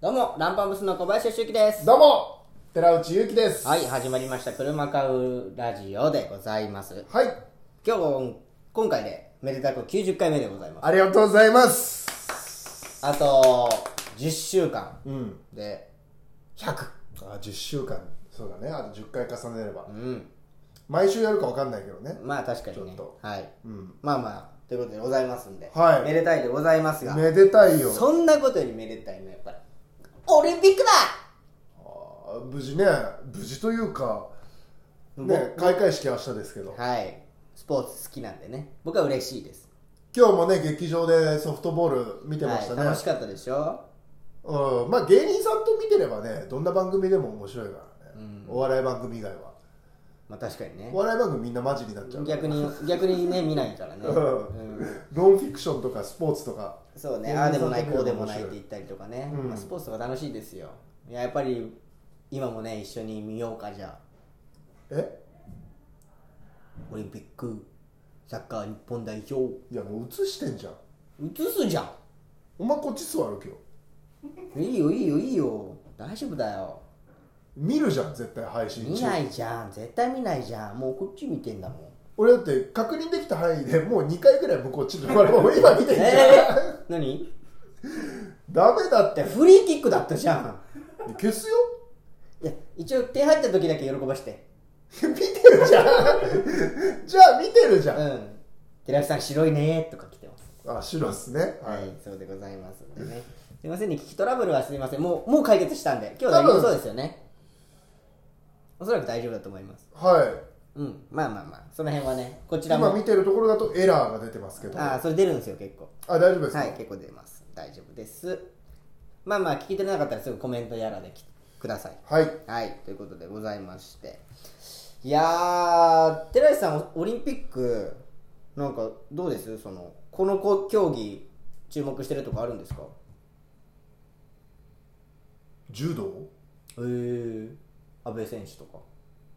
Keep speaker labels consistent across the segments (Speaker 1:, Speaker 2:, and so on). Speaker 1: どうも、ランパンブスの小林修樹です。
Speaker 2: どうも寺内ゆうきです
Speaker 1: はい、始まりました。車買うラジオでございます。
Speaker 2: はい
Speaker 1: 今日、今回で、めでたく90回目でございま
Speaker 2: ありがとうございます
Speaker 1: す。あと、10週間
Speaker 2: うん
Speaker 1: で、100。
Speaker 2: あ10週間そうだねあと10回重ねれば
Speaker 1: うん。
Speaker 2: 毎週やるか分かんないけどね
Speaker 1: まあ確かにね
Speaker 2: ちょっ。
Speaker 1: はい。
Speaker 2: うん
Speaker 1: まあまあ、ということでございますんで。
Speaker 2: はい
Speaker 1: めでたいでございますが。
Speaker 2: めでたいよ
Speaker 1: そんなことよりめでたいの、やっぱり。オリンピックだ
Speaker 2: あー無事ね無事というかね
Speaker 1: 僕
Speaker 2: 開会式は明日ですけど
Speaker 1: はい。スポーツ好きなんでね。僕は嬉しいです。
Speaker 2: 今日もね劇場でソフトボール見てました
Speaker 1: は
Speaker 2: ね、
Speaker 1: い、楽しかったでしょ
Speaker 2: うんまあ芸人さんと見てればねどんな番組でも面白いからね、お笑い番組以外は
Speaker 1: まあ確かにね
Speaker 2: お。笑い番組みんなマジになっちゃうから
Speaker 1: 逆に逆にね見ないからね、
Speaker 2: うん
Speaker 1: うん
Speaker 2: ノンフィクションとかスポーツとか
Speaker 1: そうね
Speaker 2: 芸
Speaker 1: あ
Speaker 2: 人さ
Speaker 1: あ
Speaker 2: ん
Speaker 1: でもない
Speaker 2: と見
Speaker 1: こ
Speaker 2: る
Speaker 1: うで
Speaker 2: の
Speaker 1: も
Speaker 2: 面
Speaker 1: な
Speaker 2: 白
Speaker 1: いって言ったりとかね、
Speaker 2: うん
Speaker 1: まあ、スポーツが楽しいですよいややっぱり今もね一緒に見ようかじゃあ
Speaker 2: え
Speaker 1: オリンピックサッカー日本代表
Speaker 2: いやもう映してんじゃん
Speaker 1: 映すじゃ
Speaker 2: お前こっち座る今日
Speaker 1: んいいよいいよいいよ大丈夫だよ
Speaker 2: 見るじゃん絶対配信
Speaker 1: 見
Speaker 2: 中
Speaker 1: ないじゃん絶対見ないじゃんもうこっち見てんだもん
Speaker 2: 俺だって確認できた範囲でもう2回ぐらい向こうちょっとこれ もう今見てんじゃん、
Speaker 1: えー、 何
Speaker 2: ダメだっ
Speaker 1: い
Speaker 2: て
Speaker 1: やフリーキックだったじゃん
Speaker 2: 消すよ
Speaker 1: いや一応手入った時だけ喜ばして
Speaker 2: 見てるじゃんじゃあ見てるじ
Speaker 1: う
Speaker 2: ゃん、
Speaker 1: ん寺木さん白いねーとか来てます
Speaker 2: あ白っすね
Speaker 1: は
Speaker 2: はいい、、
Speaker 1: そうでございますんでね。すいませんね、聞きトラブルはすいません。もう、もう解決したんで、今日大
Speaker 2: 多
Speaker 1: 丈夫
Speaker 2: 分
Speaker 1: そうですよね。おそらく大丈夫だと思います。
Speaker 2: はい、
Speaker 1: うん、まあまあまあ、その辺はね、こちら
Speaker 2: 今見
Speaker 1: も。
Speaker 2: てるところだとエラーが出てますけど
Speaker 1: ああ、
Speaker 2: あ
Speaker 1: それ出るんですよ、結構。
Speaker 2: 大丈夫ですか、
Speaker 1: はい、結構出ます。大丈夫です。まあまあ、聞いてなかったらすぐコメントやらできください。
Speaker 2: はい、
Speaker 1: はい、ということでございまして。いやー、寺石さん、オオリンピック、なんかどうですその、このこ競技、注目してるとこあるんですか
Speaker 2: 柔道
Speaker 1: へえ阿部選手とか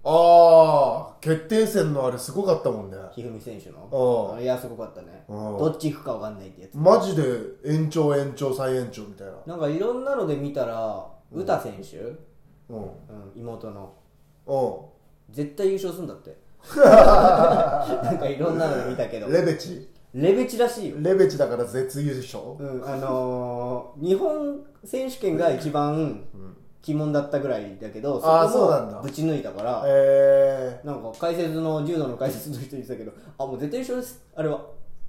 Speaker 2: ああ決定戦のあれすごかったもんね
Speaker 1: 一二三選手
Speaker 2: あ
Speaker 1: の
Speaker 2: あ
Speaker 1: いやすごかったね
Speaker 2: ああ
Speaker 1: どっち行くか分かんないってやつ
Speaker 2: マジで延長延長再延長みたいな
Speaker 1: なんかいろんなので見たら詩選手、うん
Speaker 2: うんうん
Speaker 1: 妹の絶対優勝するんだ ってなんかいろんなので見たけど
Speaker 2: レベチ
Speaker 1: レベチらしいよ、
Speaker 2: レベチだから絶優勝、
Speaker 1: うん、あのー、日本選手権が一番鬼門だったぐらいだけど
Speaker 2: あ
Speaker 1: こ
Speaker 2: あ
Speaker 1: も
Speaker 2: そうなんだ
Speaker 1: ぶち抜いたから
Speaker 2: えー、
Speaker 1: なんか解説の柔道の解説の人言ってたけどあもう絶対優勝ですあれは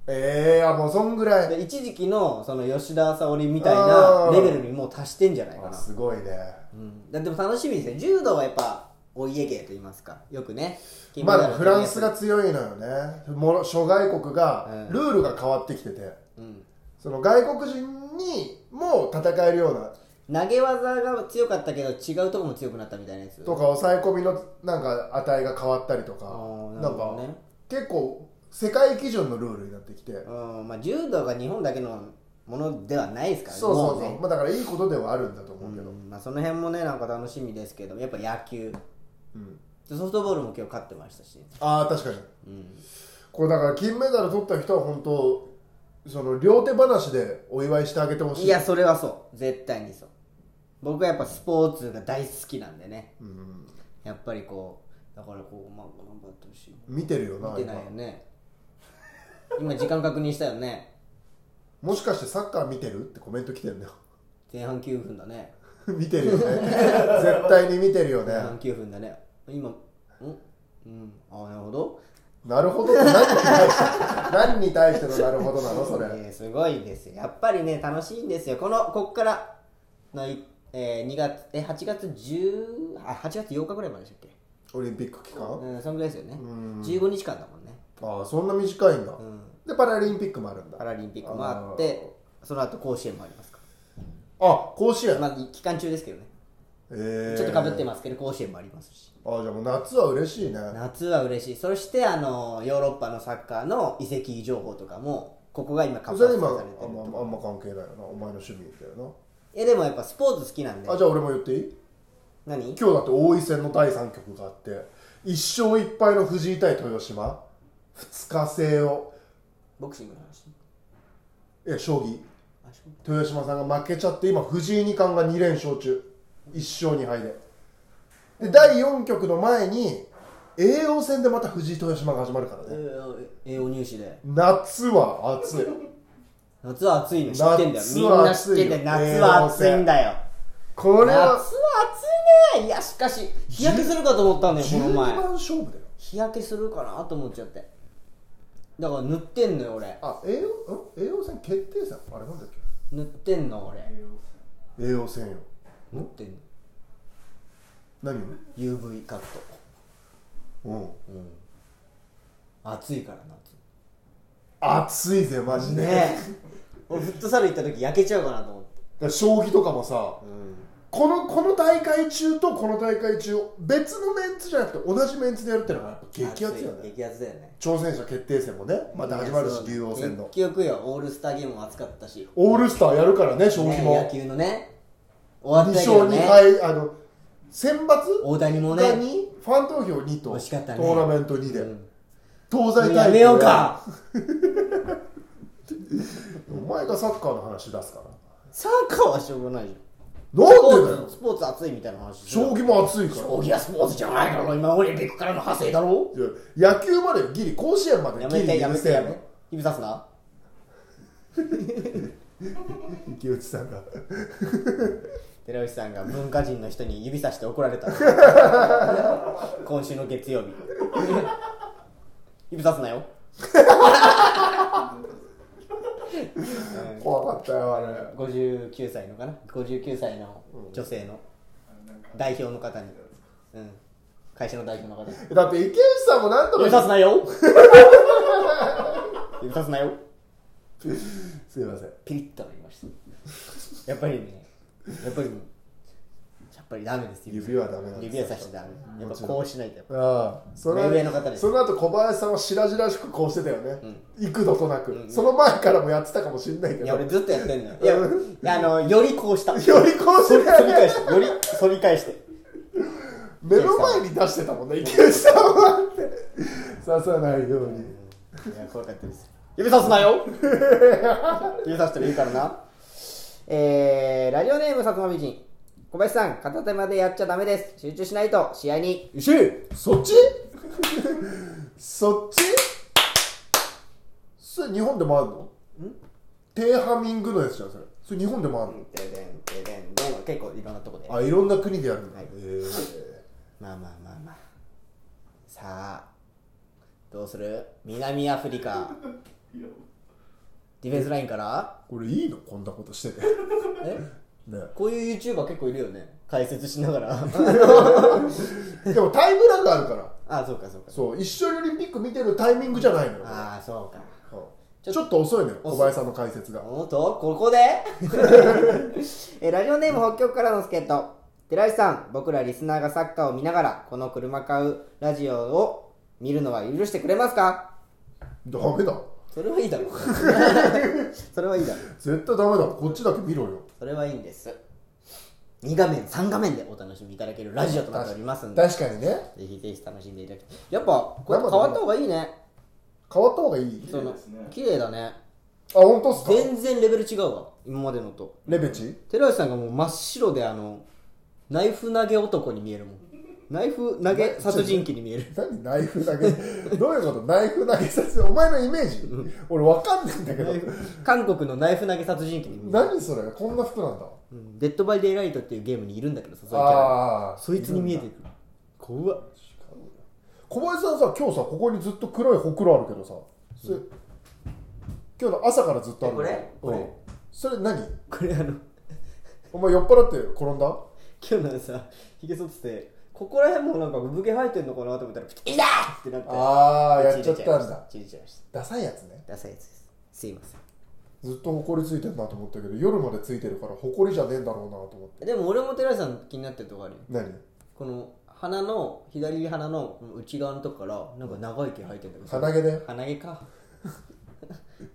Speaker 2: えー、あもうそんぐらい
Speaker 1: で一時期のその吉田沙保里みたいな
Speaker 2: あー
Speaker 1: レベルにもう達してんじゃないか
Speaker 2: あ
Speaker 1: な、
Speaker 2: すごいね
Speaker 1: うん、だでも楽しみですね柔道はやっぱお家芸と言いますかよくね金メ
Speaker 2: ま
Speaker 1: ダル
Speaker 2: あフランスが強いのよねもろ諸外国が
Speaker 1: うん
Speaker 2: ルールが変わってきてて
Speaker 1: うん、
Speaker 2: その外国人にも戦えるような
Speaker 1: 投げ技が強かったけど違うとこも強くなったみたいなやつ
Speaker 2: とか抑え込みのなんか値が変わったりとか
Speaker 1: あーな
Speaker 2: な
Speaker 1: るほ
Speaker 2: ん
Speaker 1: ど
Speaker 2: か
Speaker 1: ね
Speaker 2: 結構世界基準のルールになってきて
Speaker 1: うんまあ、柔道が日本だけのものではないですからね
Speaker 2: そうそう
Speaker 1: も
Speaker 2: そう
Speaker 1: ね
Speaker 2: うまあだからいいことではあるんだと思うけど
Speaker 1: うんまあ、その辺もねなんか楽しみですけどやっぱ野球
Speaker 2: うん
Speaker 1: ソフトボールも今日勝ってましたし、
Speaker 2: ああ確かに
Speaker 1: うん、
Speaker 2: これだから金メダル取った人は本当その両手話でお祝いしてあげてほしい
Speaker 1: いやそれはそう絶対にそう僕はやっぱスポーツが大好きなんでね
Speaker 2: うん
Speaker 1: やっぱりこうだからこうまあ頑張ってほしい
Speaker 2: 見てるよな
Speaker 1: 見てないよね 今時間確認したよね
Speaker 2: 今もしかしてサッカー見てるってコメント来てるんだよ
Speaker 1: 前半9分だね
Speaker 2: 見てるよね絶対に見てるよ
Speaker 1: 前半
Speaker 2: ね
Speaker 1: 9分だね今んうんああなるほど
Speaker 2: なるほどって何に対して何に対してのなるほどなのそれ
Speaker 1: えーすごいですよやっぱりね楽しいんですよこのこっからのい、えー、2月え8月10あ8月8日ぐらいまででしたっけ
Speaker 2: オリンピック期間
Speaker 1: うんそんぐらいですよね
Speaker 2: ん
Speaker 1: 15日間だもんね
Speaker 2: ああそんな短いんだ
Speaker 1: ん
Speaker 2: でパラリンピックもあるんだ
Speaker 1: パラリンピックもあってその後甲子園もありますか
Speaker 2: あ甲子園
Speaker 1: ら、まあ、期間中ですけどね、
Speaker 2: ええ
Speaker 1: ちょっとかぶって
Speaker 2: ま
Speaker 1: ますけど甲子園もありますし
Speaker 2: すああじゃあもう夏は嬉しいね
Speaker 1: 夏は嬉しいそしてあのヨーロッパのサッカーの移籍情報とかもここが今活
Speaker 2: それ
Speaker 1: 発
Speaker 2: 今あ
Speaker 1: 化
Speaker 2: ん
Speaker 1: されてる
Speaker 2: まあんま関係ないよなお前の趣味だよな
Speaker 1: えでもやっぱスポーツ好きなんで
Speaker 2: あじゃあ俺も言っていい
Speaker 1: 何
Speaker 2: 今日だって王位戦の第3局があって1勝1敗の藤井対豊島2日制を
Speaker 1: ボクシングの話
Speaker 2: え将棋
Speaker 1: あ大丈夫
Speaker 2: 豊島さんが負けちゃって今藤井二冠が2連勝中1勝2敗でで第4局の前に叡王戦でまた藤井豊島が始まるから
Speaker 1: え
Speaker 2: ね
Speaker 1: ー栄養入試で
Speaker 2: 夏は暑い
Speaker 1: 夏は暑いの知ってんだよみ
Speaker 2: 夏
Speaker 1: ん
Speaker 2: は
Speaker 1: な知っ
Speaker 2: 暑い
Speaker 1: て
Speaker 2: よ
Speaker 1: んだよ夏は暑いんだよ
Speaker 2: これ
Speaker 1: 夏は
Speaker 2: は
Speaker 1: 暑いねいやしかし日焼けするかと思ったんだよこの
Speaker 2: 12
Speaker 1: 前
Speaker 2: 番勝負だよ
Speaker 1: 日焼けするかなと思っちゃってだから塗ってんのよ俺
Speaker 2: あ叡王ん叡王戦決定戦あれなんだっ
Speaker 1: 塗ってんの俺
Speaker 2: け叡王戦よ
Speaker 1: 塗ってんの
Speaker 2: 何
Speaker 1: UV カット
Speaker 2: うん
Speaker 1: 暑いから夏
Speaker 2: 暑いぜマジで、
Speaker 1: ね俺フットサル行った時焼けちゃうかなと思って
Speaker 2: だから将棋とかもさ、このこの大会中とこの大会中別のメンツじゃなくて同じメンツでやるってのはやっぱ激アツよ
Speaker 1: 暑い
Speaker 2: ね
Speaker 1: 激アツだよね
Speaker 2: 挑戦者決定戦もねまた始まるし竜王戦の
Speaker 1: 結局よオールスターゲームも暑かったし、
Speaker 2: オールスターやるからね将棋
Speaker 1: ね、
Speaker 2: も
Speaker 1: 野、球のね
Speaker 2: 2
Speaker 1: 終わったけ
Speaker 2: 勝
Speaker 1: ど
Speaker 2: 2
Speaker 1: ね
Speaker 2: 敗あの選抜
Speaker 1: 大谷もね
Speaker 2: がにファン投票2と、
Speaker 1: 惜しかったね
Speaker 2: トーナメント2で、
Speaker 1: うん
Speaker 2: 東西大会
Speaker 1: やめようか
Speaker 2: お前がサッカーの話出すから
Speaker 1: サッカーはしょうがないじゃん
Speaker 2: なんでだよ
Speaker 1: スポーツスポーツ暑いみたいな話してた
Speaker 2: 将棋も熱いから
Speaker 1: 将棋はスポーツじゃないから今オリンピックからの派生だろ
Speaker 2: いや野球までギリ甲子園まで
Speaker 1: や
Speaker 2: ギ
Speaker 1: めて
Speaker 2: リ
Speaker 1: や
Speaker 2: 許
Speaker 1: めて
Speaker 2: せ
Speaker 1: や
Speaker 2: ん
Speaker 1: めて
Speaker 2: の
Speaker 1: 指さすな
Speaker 2: 池内さんが
Speaker 1: 寺内さんが文化人の人に指さして怒られた 今週の月曜日指さすなよ
Speaker 2: 怖かったよあれ
Speaker 1: 59歳のかな59歳の女性の代表の方に、うん、会社の代表の方に
Speaker 2: だって池内さんも何度
Speaker 1: 指さ
Speaker 2: か
Speaker 1: すなよ指さすなよ
Speaker 2: すいません
Speaker 1: ピリッとなりましたやっぱりねやっぱりやっぱりダメです
Speaker 2: 指はダメなんです
Speaker 1: 指はさしてダメやっぱこうしないとやっぱ
Speaker 2: ああそ
Speaker 1: 目上の方です
Speaker 2: その後小林さんは白々しくこうしてたよね、幾度となく、その前からもやってたかもしれないけど
Speaker 1: いや俺ずっとやってんのよいや
Speaker 2: う
Speaker 1: いやあのよりこうした
Speaker 2: よりこうして
Speaker 1: 反り反り返してより反り返して
Speaker 2: 目の前に出してたもんね池内さんはって刺さないように、
Speaker 1: いや怖かったです指さすなよ指さしてもいいからなえー、ラジオネーム薩摩美人小林さん片手までやっちゃダメです集中しないと試合に
Speaker 2: 石井そっちそっちそれ日本でもあるのテーハミングのやつじゃんそれそれ日本でもあるの、
Speaker 1: ででんででんでんは結構いろんなとこで
Speaker 2: あいろんな国でやるの、
Speaker 1: はい
Speaker 2: え
Speaker 1: まあまあまあまあさあどうする南アフリカディフェンスラインから
Speaker 2: これいいのこんなことしてて
Speaker 1: え
Speaker 2: ね
Speaker 1: こういう YouTuber 結構いるよね解説しながら
Speaker 2: でもタイムラグあるから
Speaker 1: あそうかそうか
Speaker 2: そう一緒にオリンピック見てるタイミングじゃないのよ、
Speaker 1: ああそうか
Speaker 2: うんちょっと遅いのよ小林さんの解説が
Speaker 1: おっとここで えラジオネーム北極からの助っ人寺石さん僕らリスナーがサッカーを見ながらこの車買うラジオを見るのは許してくれますか
Speaker 2: ダメだ
Speaker 1: それはいいだろう それはいいだろう
Speaker 2: 絶対ダメだこっちだけ見ろよ
Speaker 1: それはいいんです2画面3画面でお楽しみいただけるラジオとなっておりますんで
Speaker 2: 確かにね
Speaker 1: ぜひぜひ楽しんでいただきやっぱこれ変わった方がいいね
Speaker 2: 変わった方がいい
Speaker 1: そ
Speaker 3: 麗
Speaker 1: の
Speaker 3: ですね
Speaker 1: 綺麗だね
Speaker 2: あ本当っすか
Speaker 1: 全然レベル違うわ今までのと
Speaker 2: レベチ
Speaker 1: 寺内さんがもう真っ白であのナイフ投げ男に見えるもんナイフ投げ殺人鬼に見える
Speaker 2: 何ナイフ投げ どういうことナイフ投げさせお前のイメージ、俺わかんないんだけど
Speaker 1: 韓国のナイフ投げ殺人鬼に見える、
Speaker 2: 何それこんな服なんだ
Speaker 1: うんデッドバイデイライトっていうゲームにいるんだけどさそういうキャラ
Speaker 2: ああ
Speaker 1: そいつに見えてくる怖っ
Speaker 2: 小林さんさ今日さここにずっと黒いほくろあるけどさそれ今日の朝からずっとあるの
Speaker 1: えこれ
Speaker 2: うんそれ何
Speaker 1: これあの
Speaker 2: お前酔っ払って転んだ
Speaker 1: 今日なんかさひげ剃っててここら辺もなんか産毛生えてんのかなと思ったらピキッ痛っってなって
Speaker 2: あーやっちゃったんだ
Speaker 1: ちぎれちゃいまし
Speaker 2: ダサいやつね
Speaker 1: たダサいやつですすいませ
Speaker 2: ずっとほこりついてるなと思ったけど夜までついてるからほこりじゃねえんだろうなと思って
Speaker 1: んでも俺も寺井さん気になってるとこあるよ
Speaker 2: 何
Speaker 1: この鼻の左鼻の内側のとこからなんか長い毛生えてんだけど
Speaker 2: 鼻毛だよ
Speaker 1: 鼻毛か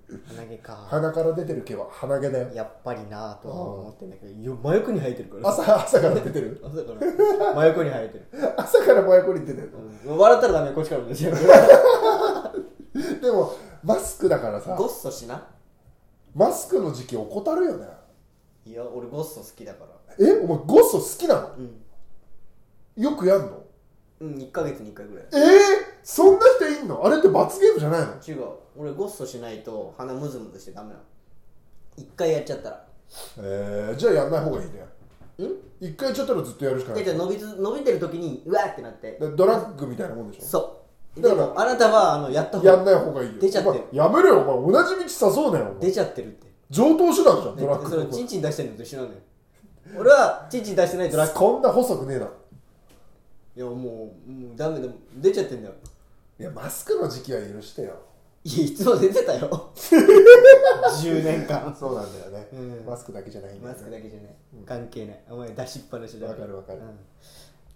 Speaker 1: 鼻毛か
Speaker 2: 鼻から出てる毛は鼻毛だよ
Speaker 1: やっぱりなぁとは思ってんだけどいや真横に生えてるからさ
Speaker 2: 朝朝から出てる
Speaker 1: 朝から真横に生えてる、
Speaker 2: 朝から真横に出てる
Speaker 1: うん笑ったらダメこっちからも出ちゃう
Speaker 2: でもマスクだからさ
Speaker 1: ごっそしな
Speaker 2: マスクの時期怠るよね
Speaker 1: いや俺ゴッソ好きだから
Speaker 2: えお前ゴッソ好きなの
Speaker 1: うん、
Speaker 2: よくやんの
Speaker 1: うん、1ヶ月に1回ぐらい
Speaker 2: えー、そんな人いんのあれって罰ゲームじゃないの
Speaker 1: 違う俺ゴッソしないと鼻ムズムズしてダメなの1回やっちゃったら
Speaker 2: えー、じゃあやんない方がいいね
Speaker 1: ん
Speaker 2: 一回やっちゃったらずっとやるしかない
Speaker 1: で伸びず伸びてる時にうわーってなって
Speaker 2: でドラッグみたいなもんでしょ
Speaker 1: そう
Speaker 2: だ
Speaker 1: で
Speaker 2: から
Speaker 1: もあなたはあのやった方
Speaker 2: やん
Speaker 1: が
Speaker 2: ない方がいいよ
Speaker 1: 出ちゃってる
Speaker 2: お前やめろよお前同じ道さそうだよお前
Speaker 1: 出ちゃってるって
Speaker 2: 上等手段じゃん
Speaker 1: で
Speaker 2: ドラッ
Speaker 1: それ
Speaker 2: グ
Speaker 1: チンチン出してるのと一緒なのよ俺はチンチン出してないドラッグ
Speaker 2: こんな細くねえない
Speaker 1: やもうもうダメでも出ちゃってんだよ
Speaker 2: いやマスクの時期は許してよ
Speaker 1: いやいつも出てたよ10年間
Speaker 2: そうなんだよね、
Speaker 1: うん
Speaker 2: マスクだけじゃないんだ
Speaker 1: マ
Speaker 2: よ
Speaker 1: スク
Speaker 2: ね
Speaker 1: だけじゃない関係ないお前出しっぱなしだ
Speaker 2: わかるわかる
Speaker 1: うん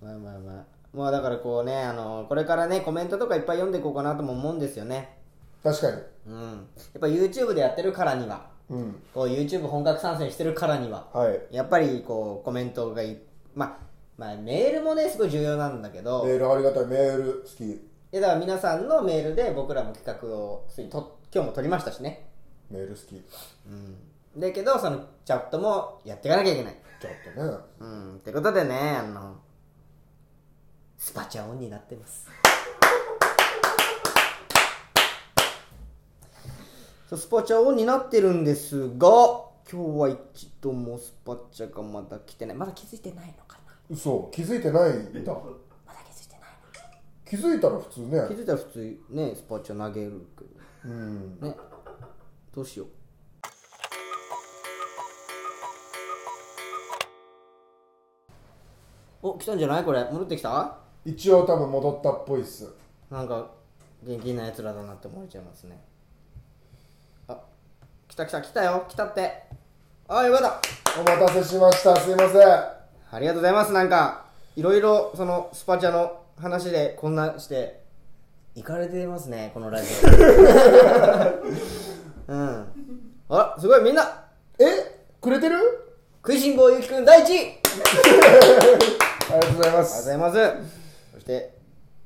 Speaker 1: まあまあまあまあだからこうねあのこれからねコメントとかいっぱい読んでいこうかなとも思うんですよね
Speaker 2: 確かに
Speaker 1: うんやっぱ YouTube でやってるからには
Speaker 2: うん
Speaker 1: こう YouTube 本格参戦してるからには
Speaker 2: はい
Speaker 1: やっぱりこうコメントがいまあまあメールもねすごい重要なんだけど
Speaker 2: メールありがたいメール好き
Speaker 1: いやだから皆さんのメールで僕らも企画をついと今日も撮りましたしね
Speaker 2: メール好き
Speaker 1: うんだけどそのチャットもやっていかなきゃいけない
Speaker 2: ちょっとね
Speaker 1: うんってことでねあのスパチャオンになってます そうスパチャオンになってるんですが今日は一度もスパチャがまだ来てないまだ気づいてないのかな
Speaker 2: 嘘気づいてないんだ
Speaker 1: まだ気づいてないの
Speaker 2: 気づいたら普通
Speaker 1: 気
Speaker 2: ね
Speaker 1: づいたら普通ねスパチャ投げるけ
Speaker 2: うん
Speaker 1: どねどうしようお来たんじゃないこれ戻ってきた
Speaker 2: 一応多分戻ったっぽいっす
Speaker 1: なんか元気なやつらだなって思われちゃいますねあ来た来た来たよ来たってあよかった
Speaker 2: お待たせしましたすいません
Speaker 1: ありがとうございますなんかいろいろそのスパチャの話でこんなしていかれてますねこのラジオうんあらすごいみんな
Speaker 2: えくれてる
Speaker 1: 食いしん坊ゆきくん第一位あり
Speaker 2: ありがとうございま
Speaker 1: がとうご
Speaker 2: す
Speaker 1: ざいますそして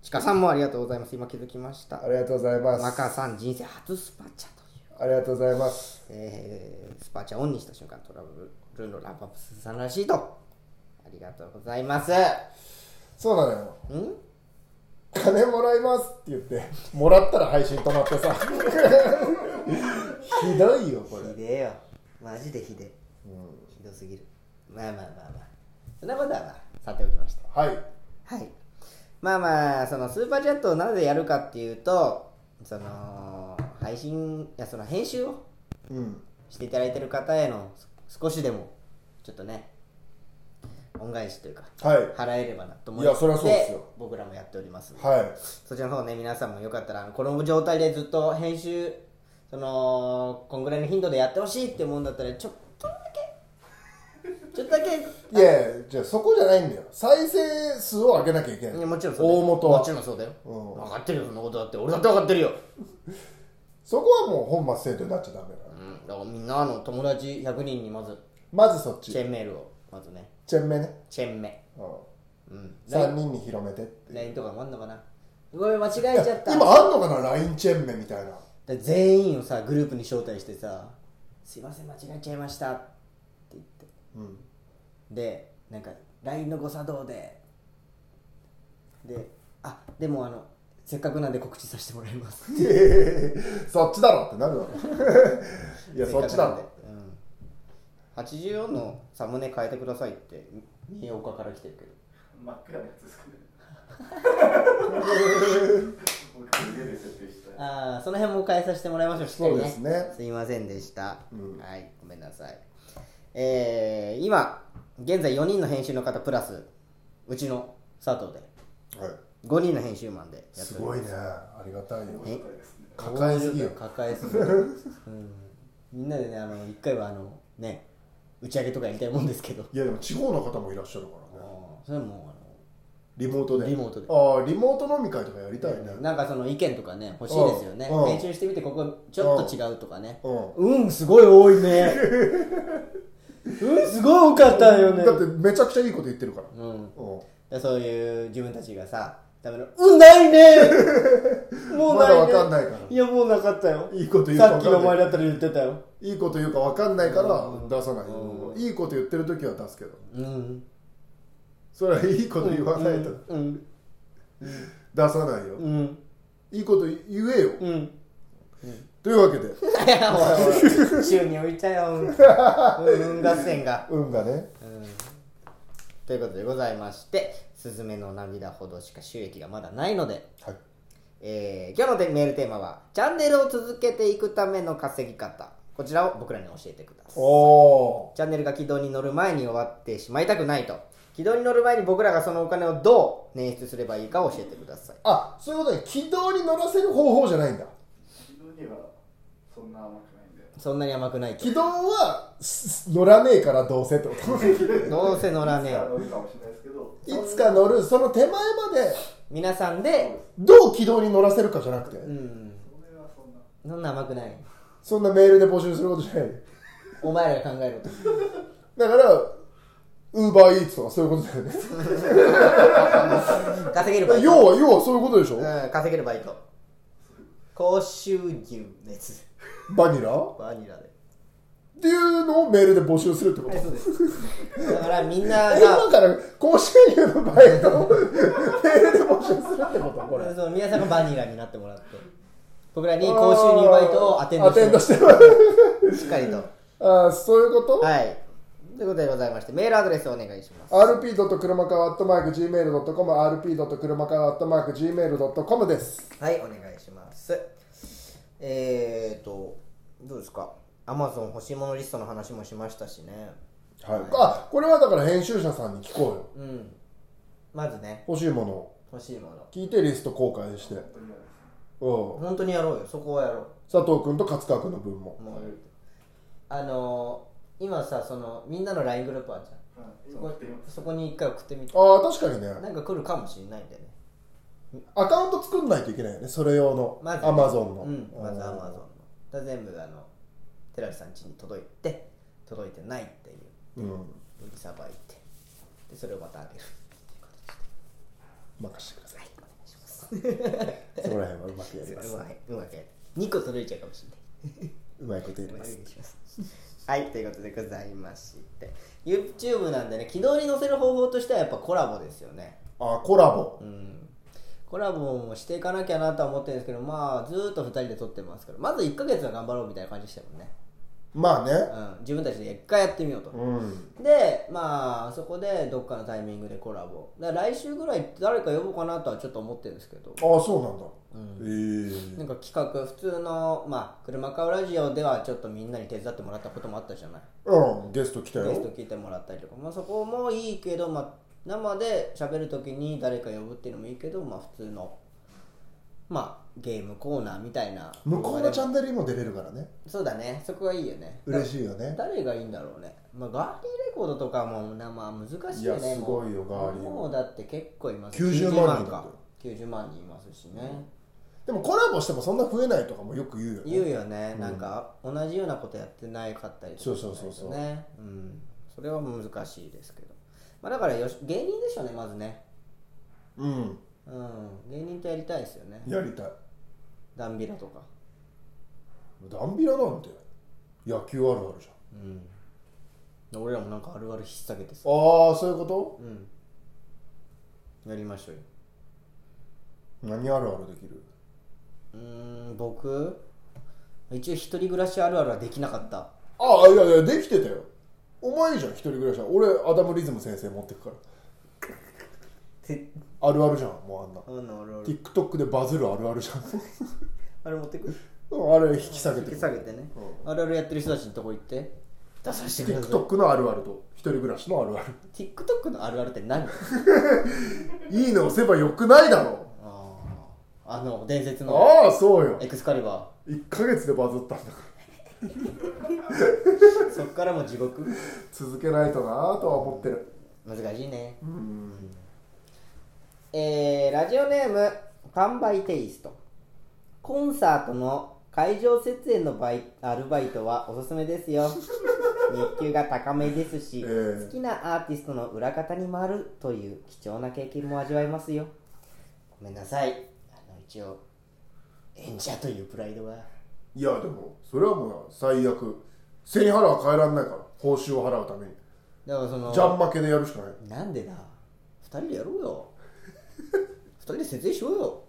Speaker 1: ちかさんもありがとうございます今気づきました
Speaker 2: ありがとうございます
Speaker 1: 若さん人生初スパチャという
Speaker 2: ありがとうございます
Speaker 1: えースパチャオンにした瞬間トラブルのランパップスさんらしいとありがとうございます
Speaker 2: そうなのよ
Speaker 1: ん
Speaker 2: 金もらいますって言ってもらったら配信止まってさ ひどいよこ
Speaker 1: ひ
Speaker 2: れ
Speaker 1: でえよマジでひでえ、ひどすぎるまあまあまあまあそんなことはまあさておきまして
Speaker 2: はい
Speaker 1: はいまあまあそのスーパーチャットをなぜやるかっていうとその配信いやその編集を
Speaker 2: うん
Speaker 1: していただいてる方への少しでもちょっとね恩返しというか
Speaker 2: はい
Speaker 1: 払えればなと思い
Speaker 2: いやそりゃそうですよ
Speaker 1: 僕らもやっております
Speaker 2: はい
Speaker 1: そちらの方ね皆さんもよかったらあのこの状態でずっと編集そのこんぐらいの頻度でやってほしいって思うんだったらちょっとだけちょっとだけ
Speaker 2: いやいやじゃあそこじゃないんだよ再生数を上げなきゃいけないい
Speaker 1: やもちろんそうだよ
Speaker 2: 大元
Speaker 1: も
Speaker 2: は
Speaker 1: ちろんそうだよ、
Speaker 2: うん
Speaker 1: 分かってるよそんなことだって俺だって分かってるよ、
Speaker 2: そこはもう本末転倒になっちゃダメだ
Speaker 1: うん、だからみんなあの友達100人にまず
Speaker 2: まずそっち
Speaker 1: チェーンメールをまずね
Speaker 2: チェンメね、
Speaker 1: チェーンメ
Speaker 2: うん、
Speaker 1: うん
Speaker 2: 3人に広めてっていう
Speaker 1: LINE とかもあんのかなごめん間違えちゃった
Speaker 2: 今あんのかな LINE チェンメみたいな
Speaker 1: で全員をさグループに招待してさ「すいません間違えちゃいました」って言って、でなんか LINE の誤作動でで「あでもあのせっかくなんで告知させてもらいます」
Speaker 2: そっちだろってな るわいや
Speaker 1: せかく
Speaker 2: そっちなんだ
Speaker 1: で、うん、84のサムネ変えてくださいって三重岡から来てるけど
Speaker 3: 真っ暗なやつですかね。僕家で設定した。
Speaker 1: ああその辺も変えさせてもらいましょうしっかり
Speaker 2: そうですね
Speaker 1: すいませんでした、
Speaker 2: うん
Speaker 1: はいごめんなさいえー、今現在4人の編集の方プラスうちの佐藤で
Speaker 2: はい
Speaker 1: 5人の編集マンでやっております
Speaker 2: ごいねありがたいよ
Speaker 1: え
Speaker 2: 抱えすぎよ
Speaker 1: 抱えすぎる、うん、みんなでねあの一回はあのね打ち上げとかやりたいもんですけど
Speaker 2: いやでも地方の方もいらっしゃるか
Speaker 1: あ
Speaker 2: らね
Speaker 1: ーそれもう
Speaker 2: リモートで
Speaker 1: リモートで
Speaker 2: ああリモート飲み会とかやりたいね
Speaker 1: あのなんかその意見とかね欲しいですよね
Speaker 2: うん
Speaker 1: 編集してみてここちょっと違うとかね
Speaker 2: うん
Speaker 1: うんすごい多いねうんすごい多かったよね
Speaker 2: だってめちゃくちゃいいこと言ってるから
Speaker 1: うん、
Speaker 2: うん
Speaker 1: でそういう自分たちがさダメだ。うん、ないねもう
Speaker 2: ま
Speaker 1: ない
Speaker 2: だ
Speaker 1: ね
Speaker 2: わかんないから
Speaker 1: いや、もうなかったよ。
Speaker 2: いいこと言うか
Speaker 1: さっ
Speaker 2: 分
Speaker 1: き
Speaker 2: かん
Speaker 1: の前
Speaker 2: な
Speaker 1: だ
Speaker 2: い
Speaker 1: ったら言ってたよ。
Speaker 2: いいこと言うか分かんないから
Speaker 1: うん
Speaker 2: 出さない、
Speaker 1: う
Speaker 2: いいこと言ってる時は出すけど
Speaker 1: うん。
Speaker 2: それはいいこと言わないと
Speaker 1: うん。
Speaker 2: 出さないよ、
Speaker 1: うん。
Speaker 2: いいこと言えよ、
Speaker 1: うん。
Speaker 2: というわけで
Speaker 1: いやおいおい宙に浮いたよ。うん、合戦が。
Speaker 2: 運がね
Speaker 1: ということでございまして、スズメの涙ほどしか収益がまだないので、
Speaker 2: はい
Speaker 1: えー今日のメールテーマは、チャンネルを続けていくための稼ぎ方。こちらを僕らに教えてください。
Speaker 2: おー
Speaker 1: チャンネルが軌道に乗る前に終わってしまいたくないと。軌道に乗る前に僕らがそのお金をどう捻出すればいいかを教えてください。
Speaker 2: あそういうことね軌道に乗らせる方法じゃないんだ
Speaker 3: 自分にはそんな甘くないんだよ。
Speaker 1: そんなに甘くないと
Speaker 2: 軌。道はす乗らねえからどうせってこと
Speaker 1: どうせ乗らね
Speaker 3: いつ
Speaker 1: え。
Speaker 3: か乗るかもしれないですけど、
Speaker 2: いつか乗るその手前まで
Speaker 1: 皆さんで、
Speaker 2: どう軌道に乗らせるかじゃなくて、
Speaker 1: うん、
Speaker 3: それはそんな。
Speaker 1: そんな甘くない。
Speaker 2: そんなメールで募集することじゃない
Speaker 1: お前らが考えろと。
Speaker 2: だからウーバーイーツとかそういうことだよね
Speaker 1: 稼げるバイト。
Speaker 2: 要は要はそういうことでしょ、
Speaker 1: うん、稼げるバイト。高収入熱。
Speaker 2: バニラっ
Speaker 1: バニラで。
Speaker 2: ていうのをメールで募集するってこと
Speaker 1: そうです。だからみんな
Speaker 2: 今
Speaker 1: が、
Speaker 2: から高収入のバイトを メールで募集するってことこれ
Speaker 1: そう皆さんがバニラになってもらって、僕らに高収入バイトをアテンド
Speaker 2: アテンド
Speaker 1: し
Speaker 2: してもらう
Speaker 1: て、しっかりと。
Speaker 2: あーそういうこと、
Speaker 1: はい。ということでございまして、メールアドレスをお願いします。
Speaker 2: rp. 車川アットマーク gmail.com rp. 車川アットマーク gmail.com です
Speaker 1: はい、お願いします。えーと、どうですか。アマゾン欲しいものリストの話もしましたしね。
Speaker 2: はいあこれはだから編集者さんに聞こうよ
Speaker 1: うん。まずね、
Speaker 2: 欲しいものを
Speaker 1: 欲しいもの。
Speaker 2: 聞いてリスト公開して、うん、
Speaker 3: 本当に嫌です
Speaker 1: 本当にやろうよ、そこはやろ
Speaker 2: 佐藤君と勝川君の分も
Speaker 1: う。もうあのー、今さ、その、みんなの LINE グループあるじゃん。
Speaker 3: はい
Speaker 1: そ
Speaker 3: 今
Speaker 1: こ
Speaker 3: 来ています。
Speaker 1: そこに一回送ってみて。
Speaker 2: ああ確かにね
Speaker 1: なんか来るかもしれないんだよね。
Speaker 2: アカウント作んないといけないよねそれ用の
Speaker 1: まずね
Speaker 2: アマゾンの
Speaker 1: うん、まずアマゾンの
Speaker 2: ン。
Speaker 1: だから全部、あの、寺地さん家に届いて、届いてないっていう。
Speaker 2: うん
Speaker 1: 売りさばいてでそれをまたあげる
Speaker 2: 任せてくださいそこら辺はうまく やります
Speaker 1: うまいうまくやる2個届いちゃうかもしれないう
Speaker 2: まいことやり
Speaker 1: うま
Speaker 2: ま
Speaker 1: く
Speaker 2: す
Speaker 1: やりますはいということでございまして YouTube なんでね軌道に乗せる方法としてはやっぱコラボですよね
Speaker 2: あコラボ
Speaker 1: うんコラボもしていかなきゃなとは思ってるんですけどまあずーっと2人で撮ってますからまず1ヶ月は頑張ろうみたいな感じでしたもんね、
Speaker 2: まあね
Speaker 1: うん、自分たちで1回やってみようと、
Speaker 2: うん
Speaker 1: でまあそこでどっかのタイミングでコラボだから来週ぐらい誰か呼ぼうかなとはちょっと思ってるんですけど
Speaker 2: ああそうなんだえ
Speaker 1: なんか企画普通の、まあ、車買うラジオではちょっとみんなに手伝ってもらったこともあったじゃない
Speaker 2: えうんゲスト来た
Speaker 1: ゲスト
Speaker 2: よ
Speaker 1: 聞いてもらったりとか、まあ、そこもいいけど、まあ、生で喋る時に誰か呼ぶっていうのもいいけど、まあ、普通の、まあ、ゲームコーナーみたいな
Speaker 2: 向こうのチャ
Speaker 1: ん
Speaker 2: ンネルにも出れるからね
Speaker 1: そうだねそこがいいよね
Speaker 2: 嬉しいよね
Speaker 1: 誰がいいんだろうね、まあ、ガーリーレコードとかもな、まあ、難しいよ
Speaker 2: い
Speaker 1: ね
Speaker 2: やすごい
Speaker 1: も
Speaker 2: よ
Speaker 1: う
Speaker 2: ガーリー
Speaker 1: もうだって結構います
Speaker 2: 90万人だ
Speaker 1: か
Speaker 2: っ
Speaker 1: 90万人いますしね、
Speaker 2: でもコラボしてもそんな増えないとかもよく言うよ
Speaker 1: 言う
Speaker 2: ね
Speaker 1: よね、なんか同じようなことやってないかったりとか
Speaker 2: そうそうそうそう
Speaker 1: ね、うん、それは難しいですけど、まあ、だからよし芸人でしょうねまずね、
Speaker 2: うん
Speaker 1: うん、芸人とやりたいですよね
Speaker 2: やりたい
Speaker 1: ダンビラとか、
Speaker 2: ダンビラなんて野球あるあるじゃん
Speaker 1: うん、俺らもなんかあるある引っ提げてさ、
Speaker 2: ああそういうこと
Speaker 1: うん、やりましょうよ
Speaker 2: 何あるあるできる
Speaker 1: うーん僕一応一人暮らしあるあるはできなかった
Speaker 2: ああいやいやできてたよお前いいじゃん一人暮らしは俺アダムリズム先生持ってくから
Speaker 1: て
Speaker 2: あるあるじゃんもうあんな
Speaker 1: あのあるある
Speaker 2: TikTok でバズるあるあるじゃん
Speaker 1: あれ持ってくる
Speaker 2: うんあれ引き下げ
Speaker 1: 引
Speaker 2: て
Speaker 1: き下げてね、あるあるやってる人たちのとこ行って出させてください
Speaker 2: TikTok のあるあると一人暮らしのあるあ
Speaker 1: TikTok のあるあるって何
Speaker 2: るいいね押せばよくないだろ
Speaker 1: あーあの伝説の
Speaker 2: ああそうよ
Speaker 1: エクスカリバ
Speaker 2: 1ヶ月でバズったんだから
Speaker 1: ーそっからも地獄
Speaker 2: 続けないとなぁとは思ってる
Speaker 1: 難しいね
Speaker 2: うん
Speaker 1: えー、ラジオネーム完売テイストコンサートの会場設営のバイアルバイトはおすすめです よ日給が高めですし、
Speaker 2: えー
Speaker 1: 好きなアーティストの裏方に回るという貴重な経験も味わえますよごめんなさい。あの、一応、演者というプライドが。
Speaker 2: いやでもそれはもう最悪背に腹は変えられないから報酬を払うために
Speaker 1: だからその、
Speaker 2: ジャン負けでやるしかない
Speaker 1: なんでだ二人でやろうよ 二人で設営しようよ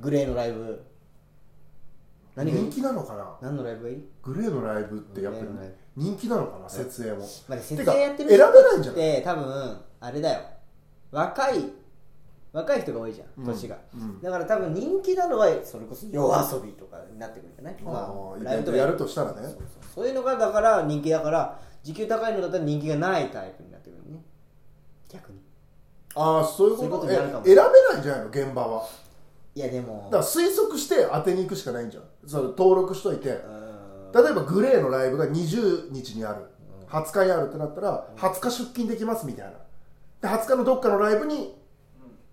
Speaker 1: グレーのライブ何がい
Speaker 2: 人
Speaker 1: い
Speaker 2: 気なのかな
Speaker 1: 何のライブがいい
Speaker 2: グレーのライブってやっぱり
Speaker 1: グレーのライブ
Speaker 2: 人気なのかな設営も
Speaker 1: まあね、設
Speaker 2: てか
Speaker 1: 営やってる
Speaker 2: 選べないんじゃない
Speaker 1: で多分あれだよ若い若い人が多いじゃん
Speaker 2: うん
Speaker 1: 年が、
Speaker 2: うん
Speaker 1: だから多分人気なのはそれこそ夜遊びとかになってくるんじゃない
Speaker 2: ああイ
Speaker 1: ライ
Speaker 2: ベ
Speaker 1: ブと
Speaker 2: ント
Speaker 1: か
Speaker 2: やるとしたらね
Speaker 1: そうそうそういうのがだから人気だから時給高いのだったら人気がないタイプになってくるね逆に
Speaker 2: ああそういう
Speaker 1: そういうこ
Speaker 2: こ
Speaker 1: と
Speaker 2: とえ
Speaker 1: になるかも
Speaker 2: 選べないんじゃないの現場はい
Speaker 1: やでも
Speaker 2: だから推測して当てに行くしかないんじゃんその登録しといて
Speaker 1: うん
Speaker 2: 例えばグレーのライブが20日にある20日にあるってなったら20日出勤できますみたいなで20日のどっかのライブに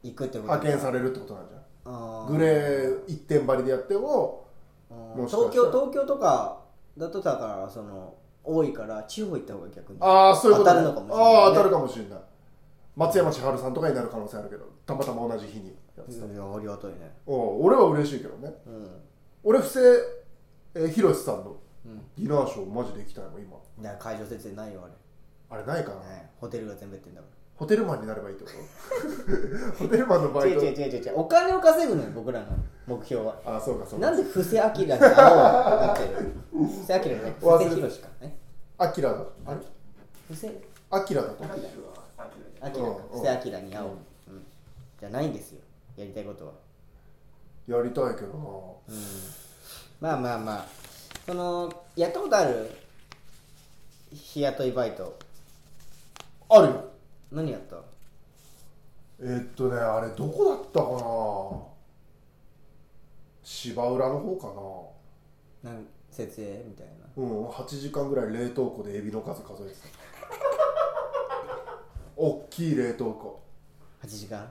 Speaker 1: 行くってこと
Speaker 2: 派遣されるってことなんじゃんグ
Speaker 1: グ
Speaker 2: レー一点張りでやってももしかしたら
Speaker 1: 東京東京とかだとだからその多いから地方行った方が逆に
Speaker 2: ああそういうこと
Speaker 1: 当たるのかもしれない
Speaker 2: ああ当たるかもしれない松山千春さんとかになる可能性あるけどたまたま同じ日にやってた
Speaker 1: いやありがたいね
Speaker 2: おう俺は嬉しいけどね
Speaker 1: うん
Speaker 2: 俺布施えー博さんのディナーショーマジで行きたいもん今
Speaker 1: だから会場設営ないよあ
Speaker 2: あれないかな、
Speaker 1: れ、ね、ホテルが全部やってんだか
Speaker 2: ホテルマンになればいいってこと ホテルマンの
Speaker 1: ら
Speaker 2: バイ
Speaker 1: 違う
Speaker 2: ト
Speaker 1: 違う違う違う違うお金を稼ぐのよ僕らの目標は
Speaker 2: ああそうかそう
Speaker 1: な
Speaker 2: か
Speaker 1: んで布施明になってる布施明じゃない布施博しかね
Speaker 2: アキラだあれ
Speaker 1: 布施
Speaker 2: アキラだと
Speaker 3: 秋だ秋
Speaker 1: 明か
Speaker 3: だ
Speaker 2: うん
Speaker 1: 布施明に会おう、うん、じゃないんですよやりたいことは
Speaker 2: やりたいけどな
Speaker 1: まあまあまあそのやったことある日雇いバイト
Speaker 2: あるよ
Speaker 1: 何やった
Speaker 2: えーっとねあれどこだったかな芝浦の方
Speaker 1: なん設営みたいな
Speaker 2: かなうん8時間ぐらい冷凍庫でエビの数数えてた おっきい冷凍庫
Speaker 1: 8時間